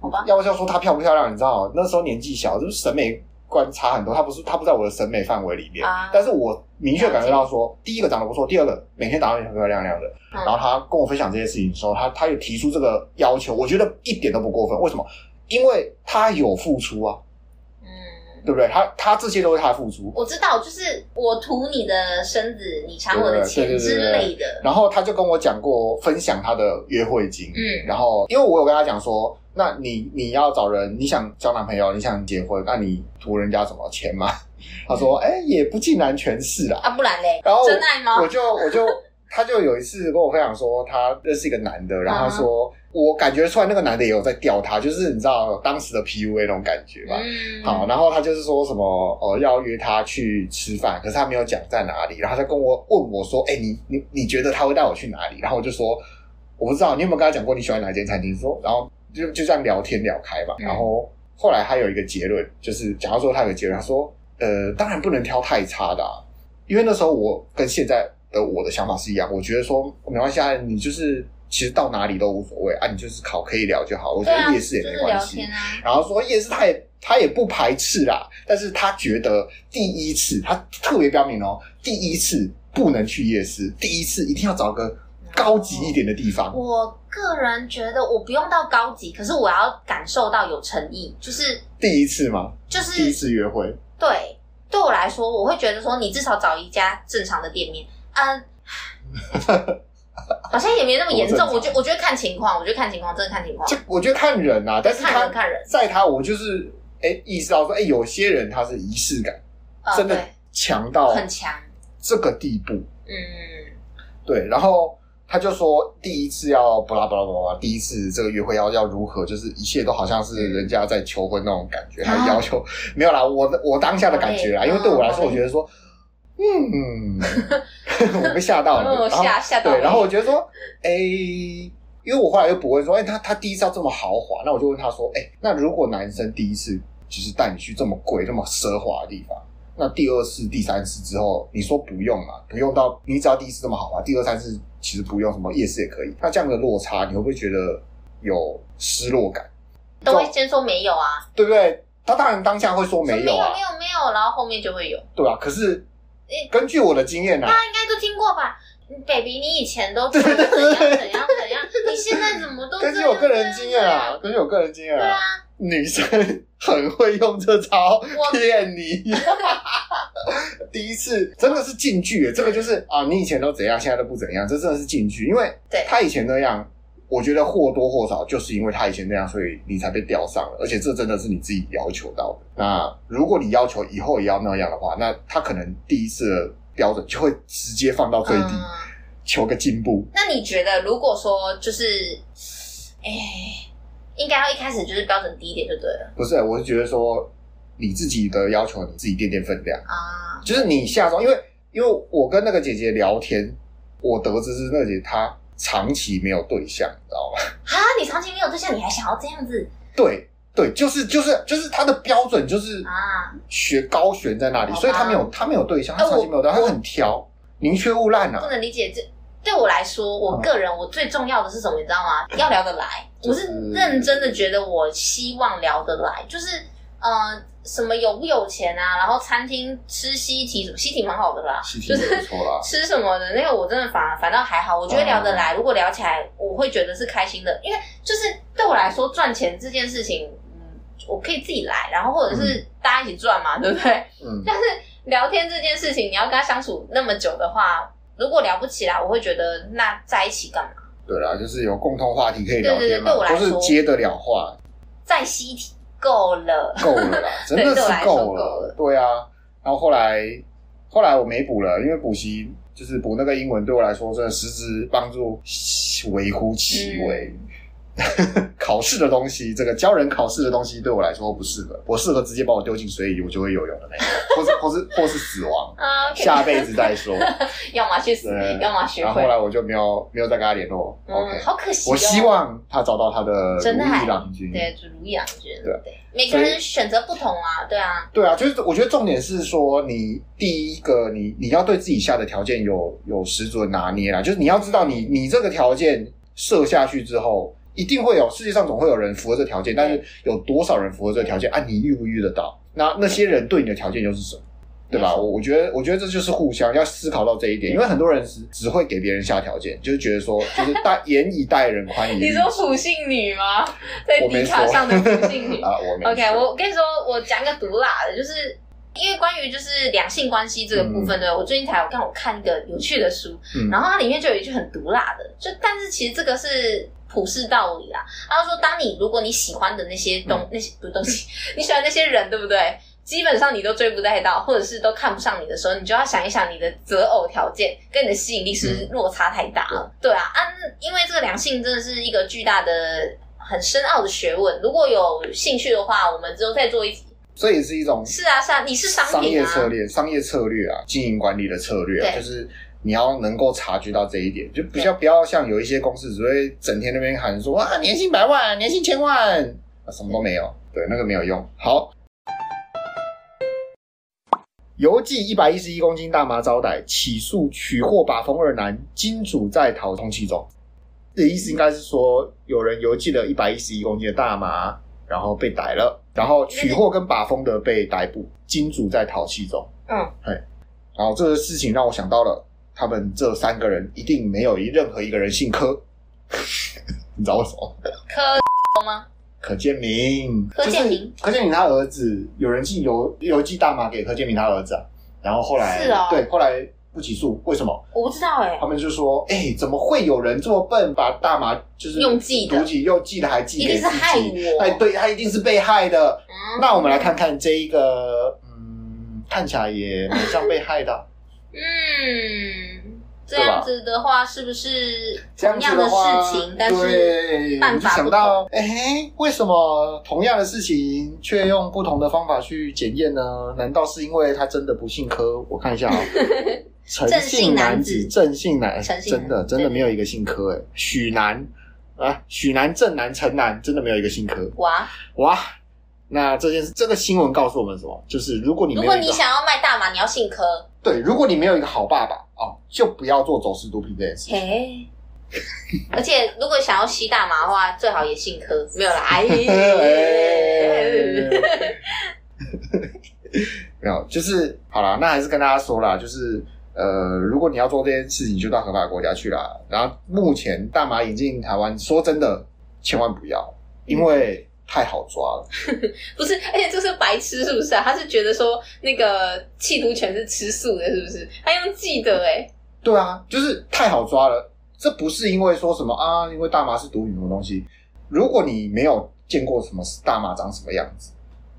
Speaker 2: 好吧，
Speaker 1: 要不要说她漂不漂亮？你知道，那时候年纪小，就是审美观差很多。她不是，她不在我的审美范围里面。
Speaker 2: 啊
Speaker 1: 但是我明确感觉到说，第一个长得不错，第二个每天打扮漂漂亮亮的。
Speaker 2: 嗯
Speaker 1: 然后她跟我分享这些事情的时候，她她也提出这个要求，我觉得一点都不过分。为什么？因为她有付出啊，
Speaker 2: 嗯，
Speaker 1: 对不对？她她这些都是她付出。
Speaker 2: 我知道，就是我图你的身子，你抢我的钱
Speaker 1: 对对对对
Speaker 2: 之
Speaker 1: 对
Speaker 2: 类的，
Speaker 1: 然后她就跟我讲过，分享她的约会经。
Speaker 2: 嗯
Speaker 1: 然后因为我有跟他讲说，那你你要找人，你想交男朋友，你想结婚，那你图人家什么钱吗？ <laughs> 他说，哎、也不尽然全是
Speaker 2: <laughs>
Speaker 1: 啊。
Speaker 2: 啊，不然嘞，
Speaker 1: 然后
Speaker 2: 真爱吗
Speaker 1: 我？就我就他就有一次跟我分享说，他认识一个男的，然后他说，我感觉出来那个男的也有在吊他，就是你知道当时的 PUA 那种感觉吧。
Speaker 2: 嗯，
Speaker 1: 好，，然后他就是说什么呃要约他去吃饭，可是他没有讲在哪里，然后他就跟我问我说，哎、你你你觉得他会带我去哪里？然后我就说我不知道，你有没有跟他讲过你喜欢哪间餐厅？说，然后就就这样聊天聊开吧。
Speaker 2: 嗯
Speaker 1: 然后后来他有一个结论，就是假如说他有个结论，他说呃当然不能挑太差的啊、因为那时候我跟现在的我的想法是一样，我觉得说没关系啊，你就是其实到哪里都无所谓啊，你就是考可以聊就好，我觉
Speaker 2: 对啊，
Speaker 1: 得
Speaker 2: 就
Speaker 1: 夜市也没
Speaker 2: 是
Speaker 1: 关
Speaker 2: 聊
Speaker 1: 系。
Speaker 2: 天啊，
Speaker 1: 然后说夜市他也他也不排斥啦，但是他觉得第一次他特别标明哦，第一次不能去夜市，第一次一定要找个高级一点的地方。
Speaker 2: 我个人觉得我不用到高级，可是我要感受到有诚意，就是
Speaker 1: 第一次嘛，
Speaker 2: 就
Speaker 1: 第一
Speaker 2: 是
Speaker 1: 次约会，
Speaker 2: 对对我来说，我会觉得说你至少找一家正常的店面，
Speaker 1: <laughs>
Speaker 2: 嗯。好像也没那么严重，
Speaker 1: 多正常
Speaker 2: 我觉我觉得看情况，我觉得看情况，真的看情况，
Speaker 1: 这我觉得看人啊，但是
Speaker 2: 看
Speaker 1: 他
Speaker 2: 人看人，
Speaker 1: 在他我就是哎意识到说，哎有些人他是仪式感
Speaker 2: 呃
Speaker 1: 真的哦
Speaker 2: 对
Speaker 1: 强到
Speaker 2: 很强，
Speaker 1: 这个地步，
Speaker 2: 嗯，
Speaker 1: 对，然后他就说第一次要巴拉巴拉巴拉巴拉，第一次这个约会要要如何，就是一切都好像是人家在求婚那种感觉，
Speaker 2: 啊
Speaker 1: 他要求没有啦，我的我当下的感觉啦，
Speaker 2: 好累
Speaker 1: 因为对我来说，
Speaker 2: 嗯
Speaker 1: 我觉得说，嗯，我被吓到了，
Speaker 2: 嗯
Speaker 1: 哦然后
Speaker 2: 吓吓到
Speaker 1: 对，
Speaker 2: 了
Speaker 1: 然后我觉得说，哎、因为我后来又不会说，哎、他他第一次要这么豪华，那我就问他说，哎、那如果男生第一次就是带你去这么贵、这么奢华的地方，那第二次、第三次之后，你说不用嘛？不用到你只要第一次这么豪华，第二、三次其实不用，什么夜市也可以。那这样的落差，你会不会觉得有失落感？
Speaker 2: 都会先说没有啊，
Speaker 1: 对不对？他当然当下会
Speaker 2: 说
Speaker 1: 说没有啊
Speaker 2: 没，有没有，然后后面就会有。
Speaker 1: 对吧、可是
Speaker 2: 诶
Speaker 1: 根据我的经验啊，
Speaker 2: 大家应该都听过吧嗯？baby，你以前都怎样怎样怎样怎样，你现在怎么都这样？
Speaker 1: 根据我个人经验啊，根据我个人经验啊，女生很会用这招
Speaker 2: 我
Speaker 1: 骗你。第一次真的是近距离，这个就是啊，你以前都怎样，现在都不怎样，这真的是近距离，因为
Speaker 2: 对
Speaker 1: 他以前那样，我觉得或多或少就是因为他以前那样，所以你才被吊上了，而且这真的是你自己要求到的。那如果你要求以后也要那样的话，那他可能第一次的标准就会直接放 <laughs> 到最
Speaker 2: 对啊，
Speaker 1: 低，
Speaker 2: 嗯。
Speaker 1: 求个进步。
Speaker 2: 那你觉得，如果说就是，哎，应该要一开始就是标准低一点就对了
Speaker 1: 不是，我是觉得说你自己的要求，你自己垫垫分量。
Speaker 2: 啊？
Speaker 1: 就是你下周，因为因为我跟那个姐姐聊天，我得知是那个姐姐她长期没有对象，你知道吗？
Speaker 2: 啊，你长期没有对象，你还想要这样子
Speaker 1: 对 <laughs> 对，就是就是就是她的标准就是
Speaker 2: 啊？
Speaker 1: 学高悬在那里，
Speaker 2: 好吧
Speaker 1: 所以她没有她没有对象，她
Speaker 2: 啊哎我
Speaker 1: 长期没有对象，她很挑，宁缺毋滥
Speaker 2: 不
Speaker 1: 啊。
Speaker 2: 能理解这。对我来说，我个人我最重要的是什么，你知道
Speaker 1: <laughs>
Speaker 2: 吗？要聊得来。我
Speaker 1: 就是
Speaker 2: 是认真的觉得我希望聊得来，就是呃，什么有不有钱啊，然后餐厅吃西提什么，西提蛮好的啦，
Speaker 1: 其
Speaker 2: 就
Speaker 1: 实
Speaker 2: 是
Speaker 1: 不错啦，
Speaker 2: 吃什么的那个我真的反而反倒还好，我觉得聊得
Speaker 1: 哦
Speaker 2: 来，如果聊起来，我会觉得是开心的，因为就是对我来说赚钱这件事情，嗯，我可以自己来，然后或者是大家一起赚嘛， <laughs> 对不对？
Speaker 1: 嗯，
Speaker 2: 但是聊天这件事情，你要跟他相处那么久的话，如果聊不起来，我会觉得那在一起干嘛？
Speaker 1: 对啦，就是有共同话题可以聊天嘛
Speaker 2: 对对对对我，来
Speaker 1: 都
Speaker 2: 说
Speaker 1: 是接得了话，
Speaker 2: 在西体够了，
Speaker 1: 够
Speaker 2: <laughs>
Speaker 1: 了啦，真的
Speaker 2: 对对我来
Speaker 1: 是
Speaker 2: 说
Speaker 1: 够
Speaker 2: 够
Speaker 1: 了
Speaker 2: 了。
Speaker 1: 对啊，然后后来后来我没补了，因为补习就是补那个英文对我来说真的实质帮助微乎其微。
Speaker 2: 嗯
Speaker 1: <laughs> 考试的东西，这个教人考试的东西对我来说不适合，我适合直接把我丢进水里，我就会游泳的那个，或是或是或是死亡，
Speaker 2: 啊，可以
Speaker 1: 下辈子再说。
Speaker 2: 要么去死
Speaker 1: 对，
Speaker 2: 要么 <laughs> 学
Speaker 1: 然后
Speaker 2: 会
Speaker 1: 后。来我就没有没有再跟他联络。OK，
Speaker 2: 嗯，好可惜、哦。
Speaker 1: 我希望他找到他的如
Speaker 2: 真的还
Speaker 1: 意郎君。
Speaker 2: 对，就如意郎君。
Speaker 1: 对
Speaker 2: 对，每个人选择不同啊，对啊，
Speaker 1: 对啊，就是我觉得重点是说，你第一个你你要对自己下的条件有有十足的拿捏啦，就是你要知道你你这个条件设下去之后，一定会有世界上总会有人符合这条件，但是有多少人符合这个条件啊？你遇不遇得到？那那些人对你的条件又是什么？对吧？
Speaker 2: 没错
Speaker 1: 我我觉得，我觉得这就是互相要思考到这一点，因为很多人只只会给别人下条件，就是觉得说，就是待 <laughs> 严以待人，宽以
Speaker 2: 你
Speaker 1: 律
Speaker 2: 说
Speaker 1: 己
Speaker 2: 普信女吗？在
Speaker 1: 我没
Speaker 2: 迪卡
Speaker 1: 说
Speaker 2: 上的普信女。
Speaker 1: <laughs> 啊，我没
Speaker 2: OK，
Speaker 1: 说
Speaker 2: 我跟你说，我讲一个毒辣的，就是因为关于就是两性关系这个部分的，我最近才有看我看一个有趣的书，
Speaker 1: 嗯
Speaker 2: 然后它里面就有一句很毒辣的，就但是其实这个是普世道理啦。他就说，当你如果你喜欢的那些东、那些不是东西， <laughs> 你喜欢那些人，对不对？基本上你都追不带到，或者是都看不上你的时候，你就要想一想你的择偶条件跟你的吸引力是不是落差太大了。对啊，啊，那因为这个两性真的是一个巨大的、很深奥的学问。如果有兴趣的话，我们之后再做一集。
Speaker 1: 这也是一种
Speaker 2: 是啊，是啊，你是商
Speaker 1: 商
Speaker 2: 品
Speaker 1: 业
Speaker 2: 啊，
Speaker 1: 策略、商业策略啊，经营管理的策略、啊，
Speaker 2: 对
Speaker 1: 就是你要能够察觉到这一点，就比
Speaker 2: 对
Speaker 1: 较不要像有一些公司只会整天那边喊说啊，年薪百万、年薪千万，啊什么都没有，对，那个没有用。好，邮寄一百一十一公斤大麻招待，起诉取货把风二男，金主在逃通缉中。这意思应该是说，有人邮寄了一百一十一公斤的大麻，然后被逮了，然后取货跟把风的被逮捕，金主在逃气中。
Speaker 2: 嗯，
Speaker 1: 然后这个事情让我想到了，他们这三个人一定没有一任何一个人姓柯， <laughs> 你知道为什么？
Speaker 2: 柯
Speaker 1: 柯建明，
Speaker 2: 柯建明
Speaker 1: 就是柯建明他儿子有人寄邮邮寄大麻给柯建明他儿子啊，然后后来
Speaker 2: 是哦
Speaker 1: 对，后来不起诉，为什么？
Speaker 2: 我不知道哎、
Speaker 1: 他们就说，哎、怎么会有人这么笨，把大麻就是
Speaker 2: 用寄的
Speaker 1: 毒剂又寄的还寄
Speaker 2: 一
Speaker 1: 给
Speaker 2: 定
Speaker 1: 自
Speaker 2: 是害
Speaker 1: 己？
Speaker 2: 我。
Speaker 1: 哎，对，他一定是被害的。
Speaker 2: 嗯
Speaker 1: 那我们来看看这一个，嗯，看起来也蛮像被害的啊。
Speaker 2: 嗯，这
Speaker 1: 对吧
Speaker 2: 样子的话，是不是
Speaker 1: 这
Speaker 2: 同
Speaker 1: 样
Speaker 2: 样
Speaker 1: 子
Speaker 2: 的
Speaker 1: 话，
Speaker 2: 事情，但是
Speaker 1: 对，
Speaker 2: 办
Speaker 1: 我就
Speaker 2: 法不
Speaker 1: 想到，哎、为什么同样的事情却用不同的方法去检验呢？难道是因为他真的不姓柯？我看一
Speaker 2: <laughs>
Speaker 1: 下啊、诚
Speaker 2: 正
Speaker 1: 姓
Speaker 2: 姓男
Speaker 1: 子，
Speaker 2: 子
Speaker 1: 正姓男，
Speaker 2: 诚信男
Speaker 1: 真的真的没有一个姓柯哎、许南啊，许南、正南、陈南，真的没有一个姓柯
Speaker 2: <laughs> 哇，
Speaker 1: 哇。那这件事，这个新闻告诉我们什么？就是如果你
Speaker 2: 如
Speaker 1: 没有
Speaker 2: 果
Speaker 1: 一
Speaker 2: 你
Speaker 1: 个
Speaker 2: 想要卖大麻，你要姓柯。
Speaker 1: 对，如果你没有一个好爸爸哦，就不要做走私毒品这件事。
Speaker 2: 哎、而且如果想要吸大麻的话，最好也姓柯。没有
Speaker 1: <laughs>
Speaker 2: 啦，哎、
Speaker 1: 没有，就是好啦，那还是跟大家说啦，就是呃，如果你要做这件事情，就到合法国家去啦。然后目前大麻引进台湾，说真的，千万不要，因为太好抓了。
Speaker 2: 不是，而且这是白痴是不是啊？他是觉得说那个弃毒犬是吃素的，是不是？他用记得哎、
Speaker 1: 对啊，就是太好抓了。这不是因为说什么啊，因为大麻是毒品什么东西。如果你没有见过什么大麻长什么样子，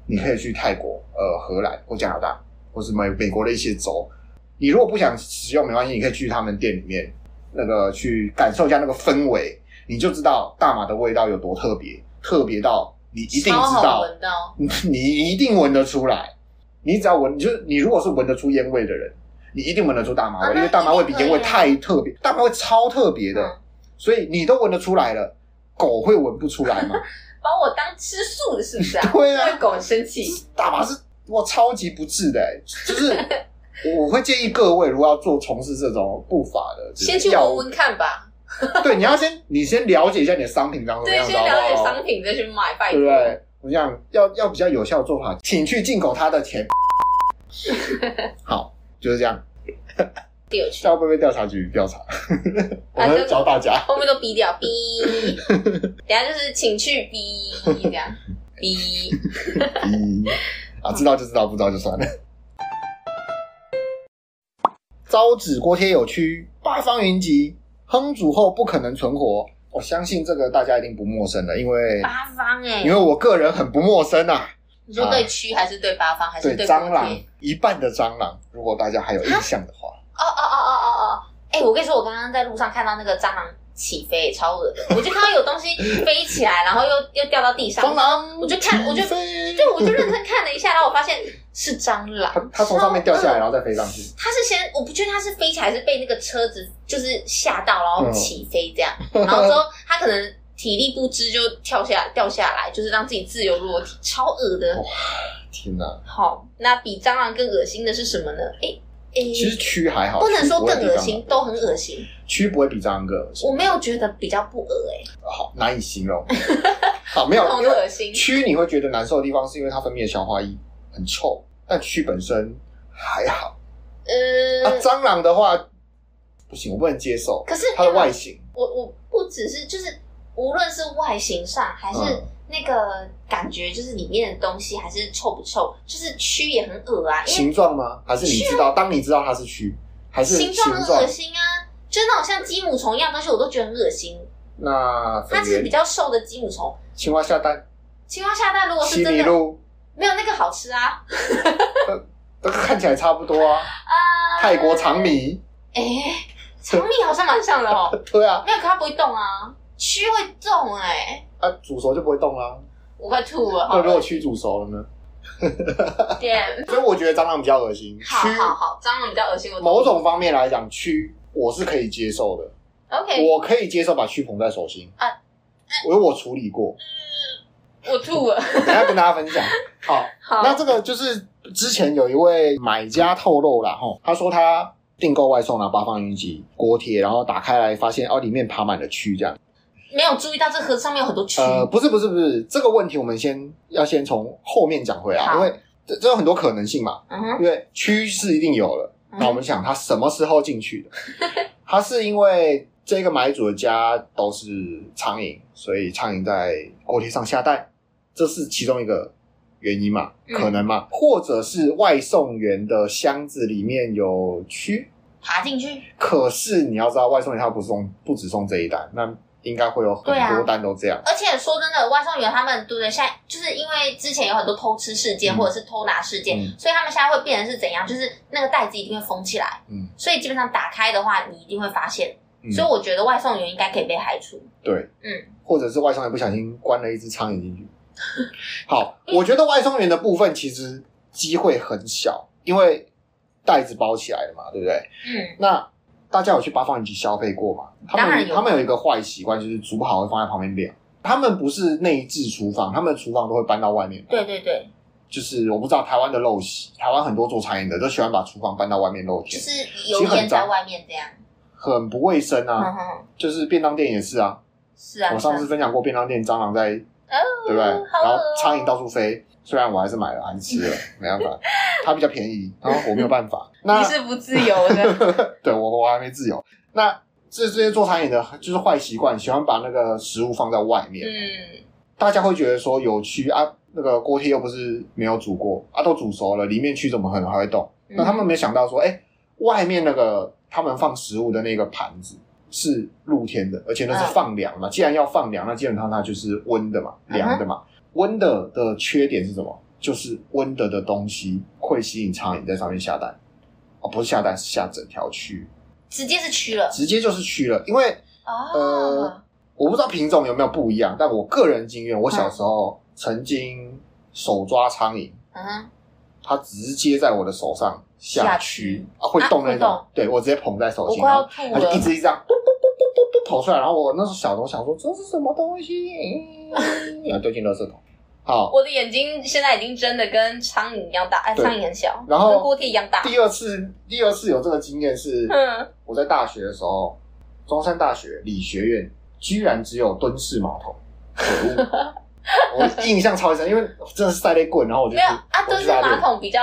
Speaker 1: 你可以去泰国、呃荷兰或加拿大，或是美美国的一些州。你如果不想使用没关系，你可以去他们店里面那个去感受一下那个氛围，你就知道大麻的味道有多特别，特别到你一定知
Speaker 2: 超好
Speaker 1: 道，
Speaker 2: 闻的哦。
Speaker 1: 你你一定闻得出来。你只要闻，就是你如果是闻得出烟味的人，你一定闻得出大麻味，
Speaker 2: 啊那
Speaker 1: 因为大麻味比
Speaker 2: 一定可以
Speaker 1: 烟味
Speaker 2: 啊
Speaker 1: 太特别，大麻味超特别的，
Speaker 2: 嗯
Speaker 1: 所以你都闻得出来了，狗会闻不出来吗？
Speaker 2: 把我当吃素的，是不是啊？
Speaker 1: <laughs> 对啊
Speaker 2: 会狗很生气。
Speaker 1: 大麻是哇超级不治的、欸，
Speaker 2: <laughs>
Speaker 1: 就是我我会建议各位，如果要做从事这种不法的，就是
Speaker 2: 先去
Speaker 1: 药
Speaker 2: 闻
Speaker 1: 物
Speaker 2: 闻看吧。
Speaker 1: 对，你要先你先了解一下你的商品长什么
Speaker 2: 对，
Speaker 1: 样子，
Speaker 2: 先了解
Speaker 1: 好不好
Speaker 2: 商品再去买，拜
Speaker 1: 对
Speaker 2: 托。
Speaker 1: 不对？我想要要比较有效的做法，请去进口它的
Speaker 2: <laughs>
Speaker 1: 钱。好，就是这样。
Speaker 2: 有趣。
Speaker 1: 要不会被调查局调查？
Speaker 2: 啊
Speaker 1: 我们教
Speaker 2: <laughs>
Speaker 1: 大家。
Speaker 2: 后面都逼
Speaker 1: <laughs>
Speaker 2: 掉，逼，等一下就是请去逼这样，逼。
Speaker 1: 嗯，啊，知道就知道，不知道就算了。招指锅贴有曲，八方云集，烹煮后不可能存活。我相信这个大家一定不陌生的，因为
Speaker 2: 八方哎、
Speaker 1: 因为我个人很不陌生啊。
Speaker 2: 你说对区还是对八方还是
Speaker 1: 对
Speaker 2: 对
Speaker 1: 蟑
Speaker 2: 锅
Speaker 1: 螂
Speaker 2: 贴？，
Speaker 1: 一半的蟑螂，如果大家还有印象的话，
Speaker 2: 哦哦哦哦哦哦！哎、我跟你说，我刚刚在路上看到那个蟑螂起飞，超恶的。我就看到有东西飞起来，然后又又 <laughs> 掉到地上。
Speaker 1: 蟑螂，
Speaker 2: 我就看我就
Speaker 1: 飞，
Speaker 2: 对，我就认真看了一下，然后我发现是蟑
Speaker 1: 它
Speaker 2: 螂，
Speaker 1: 它从上面掉下
Speaker 2: 超
Speaker 1: 来，
Speaker 2: 恶
Speaker 1: 然后再飞上去。
Speaker 2: 它是先，我不确定它是飞起来，还是被那个车子就是吓到，然后起飞这样，
Speaker 1: 嗯
Speaker 2: 然后之后它可能体力不支就跳下掉下来，就是让自己自由落体，超恶的
Speaker 1: 哇。天哪！
Speaker 2: 好，那比蟑螂更恶心的是什么呢？哎、诶
Speaker 1: 其实蛆还好，
Speaker 2: 不能说更恶
Speaker 1: 蛆
Speaker 2: 心，
Speaker 1: 不
Speaker 2: 都
Speaker 1: 会
Speaker 2: 很恶心。
Speaker 1: 比蟑螂，蛆不会比蟑螂更恶心。
Speaker 2: 我没有觉得比较不恶哎、
Speaker 1: 好难以
Speaker 2: <laughs>
Speaker 1: 形容。好，没有
Speaker 2: 不，同
Speaker 1: 因
Speaker 2: 的
Speaker 1: 为
Speaker 2: 恶心。
Speaker 1: 蛆你会觉得难受的地方，是因为它分泌的消化液很臭，但蛆本身还好。
Speaker 2: 呃，
Speaker 1: 啊，蟑螂的话不行，我不能接受
Speaker 2: 可是
Speaker 1: 它的外形。
Speaker 2: 我我不只是就是，无论是外形上还是
Speaker 1: 嗯
Speaker 2: 那个感觉，就是里面的东西还是臭不臭，就是蛆也很恶啊，因为
Speaker 1: 形状吗？还是你知道？当你知道它是蛆，还是
Speaker 2: 形状很恶心啊，就是那种像鸡母虫一样的东西，我都觉得很恶心。
Speaker 1: 那
Speaker 2: 它
Speaker 1: 粉
Speaker 2: 是比
Speaker 1: 圆、
Speaker 2: 较瘦的鸡母虫，
Speaker 1: 青蛙下蛋、
Speaker 2: 青蛙下蛋如果哦是
Speaker 1: 西
Speaker 2: 真
Speaker 1: 米
Speaker 2: 的
Speaker 1: 露，
Speaker 2: 没有那个好吃啊
Speaker 1: 都看起来差不多啊。
Speaker 2: 啊！
Speaker 1: 泰国长米，
Speaker 2: <laughs> 哎、长米好像蛮像的哦，
Speaker 1: 对啊，
Speaker 2: 没有，可它不会动啊，蛆会动哎、
Speaker 1: 啊，煮熟就不会动啦。
Speaker 2: 我快吐了，好
Speaker 1: 那如果
Speaker 2: 恶
Speaker 1: 蛆煮熟了呢？
Speaker 2: 点。
Speaker 1: 所以我觉得蟑螂比较恶心，
Speaker 2: 好好
Speaker 1: 蛆
Speaker 2: 好，蟑螂比较恶心，我同意
Speaker 1: 某种方面来讲，蛆我是可以接受的，
Speaker 2: OK，
Speaker 1: 我可以接受把蛆捧在手心
Speaker 2: 啊
Speaker 1: 我我处理过，
Speaker 2: 我吐了。 <laughs>
Speaker 1: 等一下跟大家分享。好，
Speaker 2: 好，
Speaker 1: 那这个就是之前有一位买家透露啦，吼，他说他订购外送了八方云集锅贴，然后打开来发现哦，里面爬满了蛆，这样。
Speaker 2: 没有注意到这盒子上面有很多蛆。
Speaker 1: 呃，不是不是不是，这个问题我们先要先从后面讲回来，
Speaker 2: 好
Speaker 1: 因为这这有很多可能性嘛，
Speaker 2: 嗯哼，
Speaker 1: 因为蛆是一定有了。
Speaker 2: 嗯
Speaker 1: 那我们想他什么时候进去的？他是因为这个买主的家都是苍蝇，所以苍蝇在锅贴上下蛋，这是其中一个原因嘛，
Speaker 2: 嗯
Speaker 1: 可能嘛，或者是外送员的箱子里面有蛆。
Speaker 2: 爬进去。
Speaker 1: 可是你要知道，外送员他不送不只送这一单，那应该会有很
Speaker 2: 对啊
Speaker 1: 多单都这样。
Speaker 2: 而且说真的，外送员他们对不对？现在就是因为之前有很多偷吃事件
Speaker 1: 嗯
Speaker 2: 或者是偷拿事件，
Speaker 1: 嗯
Speaker 2: 所以他们现在会变成是怎样？就是那个袋子一定会封起来，
Speaker 1: 嗯
Speaker 2: 所以基本上打开的话，你一定会发现。
Speaker 1: 嗯
Speaker 2: 所以我觉得外送员应该可以被排除。
Speaker 1: 对，
Speaker 2: 嗯，
Speaker 1: 或者是外送员不小心关了一只苍蝇进
Speaker 2: <laughs>
Speaker 1: 去。好，我觉得外送员的部分其实机会很小，因为袋子包起来了嘛，对不对？
Speaker 2: 嗯，
Speaker 1: 那大家有去八方云集消费过吗？他
Speaker 2: 当
Speaker 1: 们
Speaker 2: 然有啊
Speaker 1: 他们有一个坏习惯，就是煮好会放在旁边晾。他们不是内置厨房，他们厨房都会搬到外面。
Speaker 2: 对，对对，
Speaker 1: 就是我不知道台湾的陋习，台湾很多做餐饮的都喜欢把厨房搬到外面露
Speaker 2: 就
Speaker 1: 天，
Speaker 2: 是油烟在外面这样。
Speaker 1: 很不卫生
Speaker 2: 嗯
Speaker 1: 啊。
Speaker 2: 哼哼，
Speaker 1: 就是便当店也是啊，
Speaker 2: 是啊。
Speaker 1: 我上
Speaker 2: 是
Speaker 1: 次
Speaker 2: 啊
Speaker 1: 分享过便当店蟑螂在
Speaker 2: 哦，
Speaker 1: 对不对？
Speaker 2: 好
Speaker 1: 然后苍蝇到处飞，虽然我还是买了，还是吃了，没
Speaker 2: <laughs>
Speaker 1: 办法，它比较便宜，然后我没有办法。那
Speaker 3: 你是不自由的，
Speaker 1: 对我我还没自由。那这这些做餐饮的，就是坏习惯，喜欢把那个食物放在外
Speaker 2: <laughs>
Speaker 1: 面，
Speaker 2: 嗯，
Speaker 1: 大家会觉得说有蛆啊，那个锅贴又不是没有煮过啊，都煮熟了，里面蛆怎么可能还会动？
Speaker 2: 嗯
Speaker 1: 那他们没想到说，哎、外面那个他们放食物的那个盘子。是露天的，而且那是
Speaker 2: 嗯
Speaker 1: 放凉嘛。既然要放凉，那基本上它就是温的嘛，
Speaker 2: 嗯哼
Speaker 1: 凉的嘛。温的的缺点是什么？就是温的的东西会吸引苍蝇在上面下蛋，哦，不是下蛋，是下整条蛆，
Speaker 2: 直接是蛆了。
Speaker 1: 直接就是蛆了。因为
Speaker 2: 哦
Speaker 1: 呃，我不知道品种有没有不一样，但我个人经验，我小时候曾经手抓苍蝇，
Speaker 2: 嗯哼，
Speaker 1: 它直接在我的手上
Speaker 2: 下
Speaker 1: 下蛆
Speaker 2: 蛆
Speaker 1: 啊，会动那
Speaker 2: 啊会
Speaker 1: 种，
Speaker 2: 动
Speaker 1: 对我直接捧在手
Speaker 2: 我
Speaker 1: 心，哦
Speaker 2: 快
Speaker 1: 然
Speaker 2: 要吐
Speaker 1: 后它就
Speaker 2: 了
Speaker 1: 一。直一直这样嘟嘟嘟嘟嘟跑出来，然后我那时候小时候想说这是什么东西， <laughs> 然后丢进垃圾桶。好，
Speaker 2: 我的眼睛现在已经真的跟苍蝇一样大，哎，
Speaker 1: 对
Speaker 2: 苍蝇很小，
Speaker 1: 然后
Speaker 2: 跟锅贴一样大。
Speaker 1: 第二次第二次有这个经验是
Speaker 2: 嗯，
Speaker 1: 我在大学的时候，中山大学理学院居然只有蹲式码
Speaker 2: <laughs>
Speaker 1: 头，可恶！我印象超级深，因为真的是塞了一棍，然后我就
Speaker 2: 没有
Speaker 1: 我
Speaker 2: 啊，
Speaker 1: 就
Speaker 2: 蹲式
Speaker 1: 在那
Speaker 2: 马
Speaker 1: 边
Speaker 2: 桶比较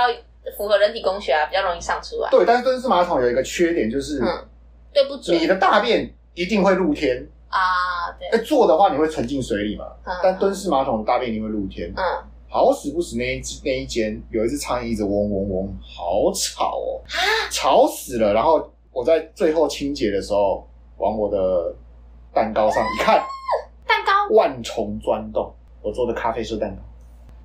Speaker 2: 符合人体工学啊，比较容易上出来，
Speaker 1: 对，但是蹲式马桶有一个缺点，就是
Speaker 2: 嗯对不准
Speaker 1: 你的大便一定会露天。
Speaker 2: 啊，对，
Speaker 1: 那坐的话，你会沉进水里嘛？但
Speaker 2: 嗯
Speaker 1: 蹲式马桶的大便一定会露天。
Speaker 2: 嗯，
Speaker 1: 好死不死那一只那一间有一只苍蝇一直嗡嗡嗡，好吵哦，吵死了。然后我在最后清洁的时候，往我的蛋糕上一看，
Speaker 2: 蛋糕
Speaker 1: 万虫钻洞，我做的咖啡色蛋糕，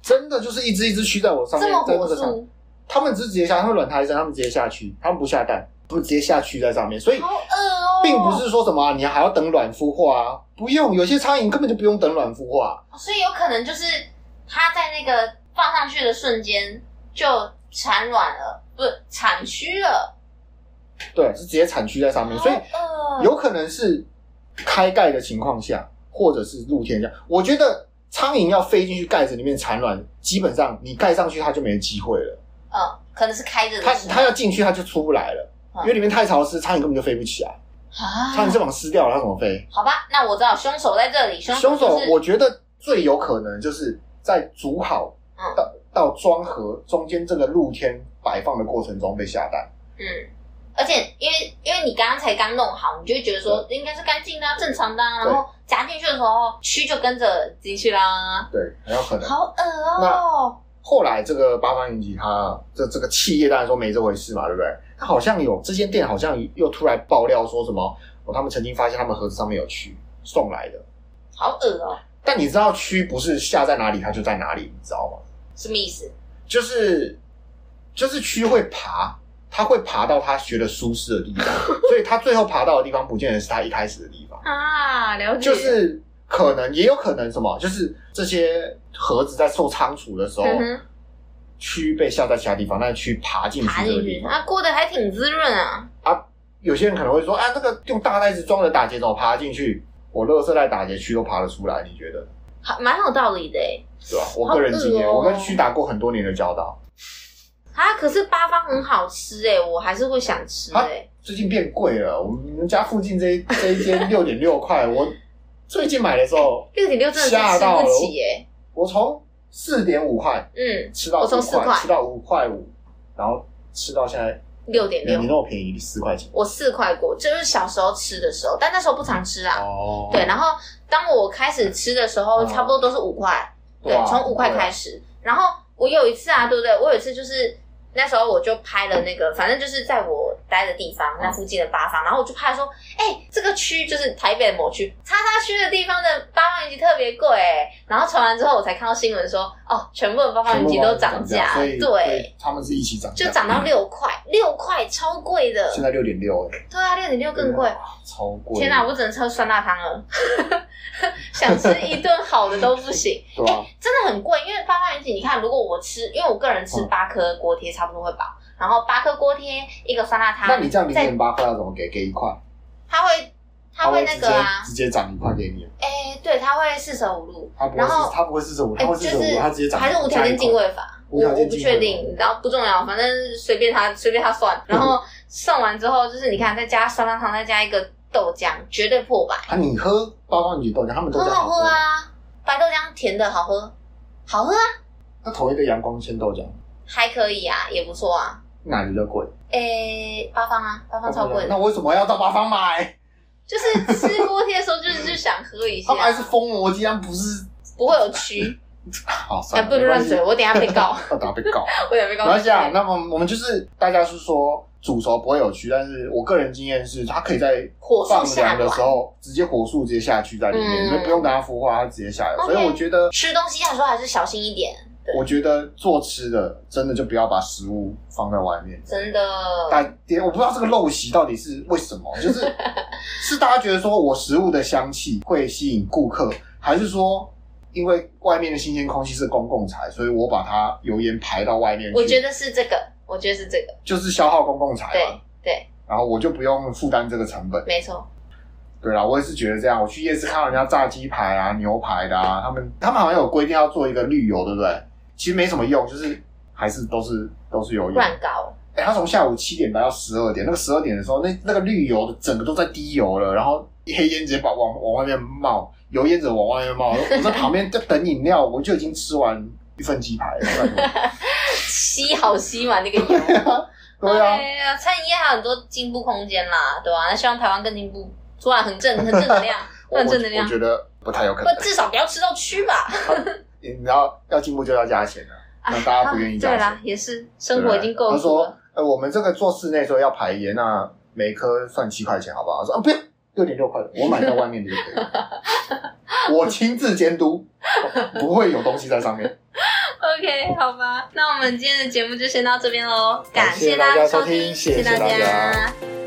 Speaker 1: 真的就是一只一只蛆在我上面
Speaker 2: 这，么
Speaker 1: 在那
Speaker 2: 火
Speaker 1: 个上，
Speaker 2: 速，
Speaker 1: 他们只是直接下，他们卵胎生，他们直接下蛆，他们不下蛋，他们直接下蛆在上面，所以
Speaker 2: 好饿哦，
Speaker 1: 并不，是说什么、啊、你还要等卵孵化啊，不用，有些苍蝇根本就不用等卵孵化，
Speaker 2: 所以有可能就是它在那个放上去的瞬间就产卵了，不是产蛆了，
Speaker 1: 对，是直接产蛆在上面，所以
Speaker 2: 好饿
Speaker 1: 有可能是开盖的情况下，或者是露天下，我觉得。苍蝇要飞进去盖子里面产卵，基本上你盖上去它就没机会了。
Speaker 2: 嗯，可能是开着的
Speaker 1: 它
Speaker 2: 时候，
Speaker 1: 它要进去它就出不来了，
Speaker 2: 嗯
Speaker 1: 因为里面太潮湿，苍蝇根本就飞不起来。苍
Speaker 2: 啊
Speaker 1: 蝇，翅膀撕掉了，它怎么飞？
Speaker 2: 好吧，那我知道凶手在这里，凶
Speaker 1: 凶手
Speaker 2: 就是
Speaker 1: 我觉得最有可能就是在煮好
Speaker 2: 嗯
Speaker 1: 到到装盒中间这个露天摆放的过程中被下蛋。
Speaker 2: 嗯，而且因为因为你刚刚才刚弄好，你就会觉得说应该是干净的、啊、正常的、啊，
Speaker 1: 嗯对
Speaker 2: 然后夹进去的时候蛆就跟着进去啦，
Speaker 1: 对，很有可能。
Speaker 2: 好恶哦、
Speaker 1: 后来这个八方云集它这这个企业当然说没这回事嘛，对不对？它好像有这间店好像又突然爆料说什么，哦，他们曾经发现他们盒子上面有蛆送来的。
Speaker 2: 好恶哦、
Speaker 1: 但你知道蛆不是下在哪里它就在哪里，你知道吗？
Speaker 2: 什么意思？
Speaker 1: 就是就是蛆会爬，它会爬到它觉得舒适的地
Speaker 2: <laughs>
Speaker 1: 方，所以它最后爬到的地方不见得是它一开始的地方，
Speaker 2: 啊，了解，
Speaker 1: 就是可能也有可能什么，就是这些盒子在受仓储的时候
Speaker 2: 嗯，哼，
Speaker 1: 蛆、被下在其他地方，但嗯是蛆爬进
Speaker 2: 爬
Speaker 1: 去这
Speaker 2: 进
Speaker 1: 个
Speaker 2: 去
Speaker 1: 地，方。
Speaker 2: 啊，过得还挺滋润啊，
Speaker 1: 有些人可能会说啊，这个用大袋子装的打结怎么爬进去？我垃圾袋打结蛆都爬得出来，你觉得
Speaker 2: 好蛮有道理的诶、欸
Speaker 1: 对吧？我个人经验，
Speaker 2: 好恶哦
Speaker 1: 我跟蛆打过很多年的交道。
Speaker 2: 啊，可是八方很好吃哎、我还是会想吃
Speaker 1: 啊
Speaker 2: 哎、
Speaker 1: 最近变贵了，我们家附近这一这一间六点六块，我最近买的时候，
Speaker 2: 六点六真的是
Speaker 1: 吓
Speaker 2: 吃
Speaker 1: 到
Speaker 2: 不
Speaker 1: 了
Speaker 2: 起哎、
Speaker 1: 我从四点五块
Speaker 2: 嗯，
Speaker 1: 吃到
Speaker 2: 我从
Speaker 1: 五
Speaker 2: 4块
Speaker 1: 块，吃到五块五，然后吃到现在，
Speaker 2: 六点
Speaker 1: 你
Speaker 2: 六
Speaker 1: 那，么便宜四块钱
Speaker 2: 我四块过，就是小时候吃的时候，但那时候不常吃啊。
Speaker 1: 哦
Speaker 2: 对，然后当我开始吃的时候，
Speaker 1: 哦
Speaker 2: 差不多都是五块，对
Speaker 1: 哇，啊
Speaker 2: 从五块开
Speaker 1: 始，
Speaker 2: 始。然后我有一次啊，对不对？我有一次就是那时候我就拍了那个，反正就是在我待的地方
Speaker 1: 嗯
Speaker 2: 那附近的八方，然后我就拍说，哎、这个区就是台北的某区叉叉区的地方的八方云集特别贵、哎然后传完之后，我才看到新闻说，哦，全部的八方
Speaker 1: 全
Speaker 2: 云
Speaker 1: 部
Speaker 2: 集都
Speaker 1: 都
Speaker 2: 涨价，
Speaker 1: 所以嗯
Speaker 2: 对，，
Speaker 1: 他们是一起涨价，
Speaker 2: 就涨到六块，六块超贵的，
Speaker 1: 现在六点六哎，
Speaker 2: 对啊，六点六更贵。
Speaker 1: 哇超贵，
Speaker 2: 天哪、我只能喝酸辣汤了， <laughs> 想吃一顿好的都不行。 <laughs>
Speaker 1: 对啊，
Speaker 2: 真的很贵，因为八方云集，你看，如果我吃，因为我个人吃
Speaker 1: 嗯
Speaker 2: 八颗锅贴差不多会饱，然后八颗锅贴一个酸辣汤，
Speaker 1: 那你这样
Speaker 2: 哎
Speaker 1: 零
Speaker 2: 再
Speaker 1: 点八块要怎么给？给一块，
Speaker 2: 它会它会那
Speaker 1: 直
Speaker 2: 个
Speaker 1: 接
Speaker 2: 啊，
Speaker 1: 直接涨一块给你，
Speaker 2: 哎、对，它会四舍五入，
Speaker 1: 他不会
Speaker 2: 然
Speaker 1: 是
Speaker 2: 后
Speaker 1: 他不会是什么，
Speaker 2: 哎、
Speaker 1: 他会
Speaker 2: 就是
Speaker 1: 什么？他直接涨
Speaker 2: 还是无条件进，
Speaker 1: 加一
Speaker 2: 位法，
Speaker 1: 无
Speaker 2: 我
Speaker 1: 条
Speaker 2: 我
Speaker 1: 件
Speaker 2: 不
Speaker 1: 进位
Speaker 2: 确定，然后不重要，反正随便他随便他算，然
Speaker 1: <laughs>
Speaker 2: 后送完之后就是你看再加酸辣汤，再加一个豆浆，绝对破百，
Speaker 1: 块啊，你喝八方云集豆浆，他们豆
Speaker 2: 很
Speaker 1: 浆
Speaker 2: 好
Speaker 1: 喝
Speaker 2: 喝，啊，白豆浆甜的好喝，好喝啊，
Speaker 1: 那同一个阳光鲜豆浆
Speaker 2: 还可以啊，也不错啊。
Speaker 1: 哪里的贵？
Speaker 2: 诶、八方啊，八方超贵
Speaker 1: 那
Speaker 2: 的，
Speaker 1: 为什么要到八方买？
Speaker 2: 就是吃锅贴的时候，就是就想喝
Speaker 1: <laughs>
Speaker 2: 一下
Speaker 1: 哦他，们还是疯魔鸡，他们不是
Speaker 2: 不会有蛆，
Speaker 1: 好
Speaker 2: 哎，
Speaker 1: <laughs> 算了，
Speaker 2: 不能
Speaker 1: 没关
Speaker 2: 乱
Speaker 1: 系
Speaker 2: 嘴，，我等一下被
Speaker 1: <laughs>
Speaker 2: 告，
Speaker 1: 要打被告。
Speaker 2: 我等一下被告。
Speaker 1: 然后这样，那么我们就是大家是说煮熟不会有蛆，但是我个人经验是，它可以在
Speaker 2: 火速
Speaker 1: 放
Speaker 2: 下
Speaker 1: 凉的时
Speaker 2: 馆，
Speaker 1: 候直接火速直接下去在里面，
Speaker 2: 嗯
Speaker 1: 所以不用等它孵化，它直接下来。
Speaker 2: OK
Speaker 1: 所以我觉得，
Speaker 2: 吃东西的时候还是小心一点，对
Speaker 1: 我觉得做吃的真的就不要把食物放在外面。
Speaker 2: 真的。
Speaker 1: 大我不知道这个陋习到底是为什么，就是
Speaker 2: <laughs>
Speaker 1: 是大家觉得说我食物的香气会吸引顾客，还是说因为外面的新鲜空气是公共财，所以我把它油烟排到外面去？
Speaker 2: 我觉得是这个，我觉得是这个，
Speaker 1: 就是消耗公共财
Speaker 2: 对
Speaker 1: 嘛，
Speaker 2: 对，
Speaker 1: 然后我就不用负担这个成本。
Speaker 2: 没错，
Speaker 1: 对啦，我也是觉得这样。我去夜市看到人家炸鸡排啊、牛排的啊，他们他们好像有规定要做一个绿油，对不对？其实没什么用，就是还是都是都是油烟。
Speaker 2: 乱搞，
Speaker 1: 哎、他从下午七点来到十二点，那个十二点的时候，那那个绿油的整个都在滴油了，然后黑烟直接把往往外面冒，油烟子往外面冒。我在旁边在等饮料，我就已经吃完一份鸡排了。拜
Speaker 2: <laughs>
Speaker 1: 托
Speaker 2: 吸好吸嘛那个油。
Speaker 1: <laughs> 对啊，
Speaker 2: 哎呀，餐饮业还有很多进步空间啦，对吧、那希望台湾更进步，突然很正很正能量，
Speaker 1: <laughs>
Speaker 2: 突
Speaker 1: 我
Speaker 2: 然
Speaker 1: 我
Speaker 2: 正能量
Speaker 1: 我，觉得不太有可
Speaker 2: 不
Speaker 1: 能。
Speaker 2: 至少不要吃到蛆吧。
Speaker 1: 你知道要进步就要加钱啊。让大家不愿意加
Speaker 2: 啊对
Speaker 1: 钱
Speaker 2: 啦，也是生活已经够
Speaker 1: 啊他
Speaker 2: 苦
Speaker 1: 说
Speaker 2: 了。：“
Speaker 1: 呃，我们这个做室内说要排烟，那每颗算七块钱，好不好？”我说：“啊，不用，六点六块，我买在外面的就可
Speaker 2: <laughs>
Speaker 1: 以了。我亲自监督，不会有东西在上面。
Speaker 2: OK，好吧，那我们今天的节目就先到这边喽，
Speaker 1: 感
Speaker 2: 感
Speaker 1: 谢
Speaker 2: 大
Speaker 1: 大家
Speaker 2: 收
Speaker 1: 收听
Speaker 2: 谢
Speaker 1: 谢谢
Speaker 2: 大
Speaker 1: 大家。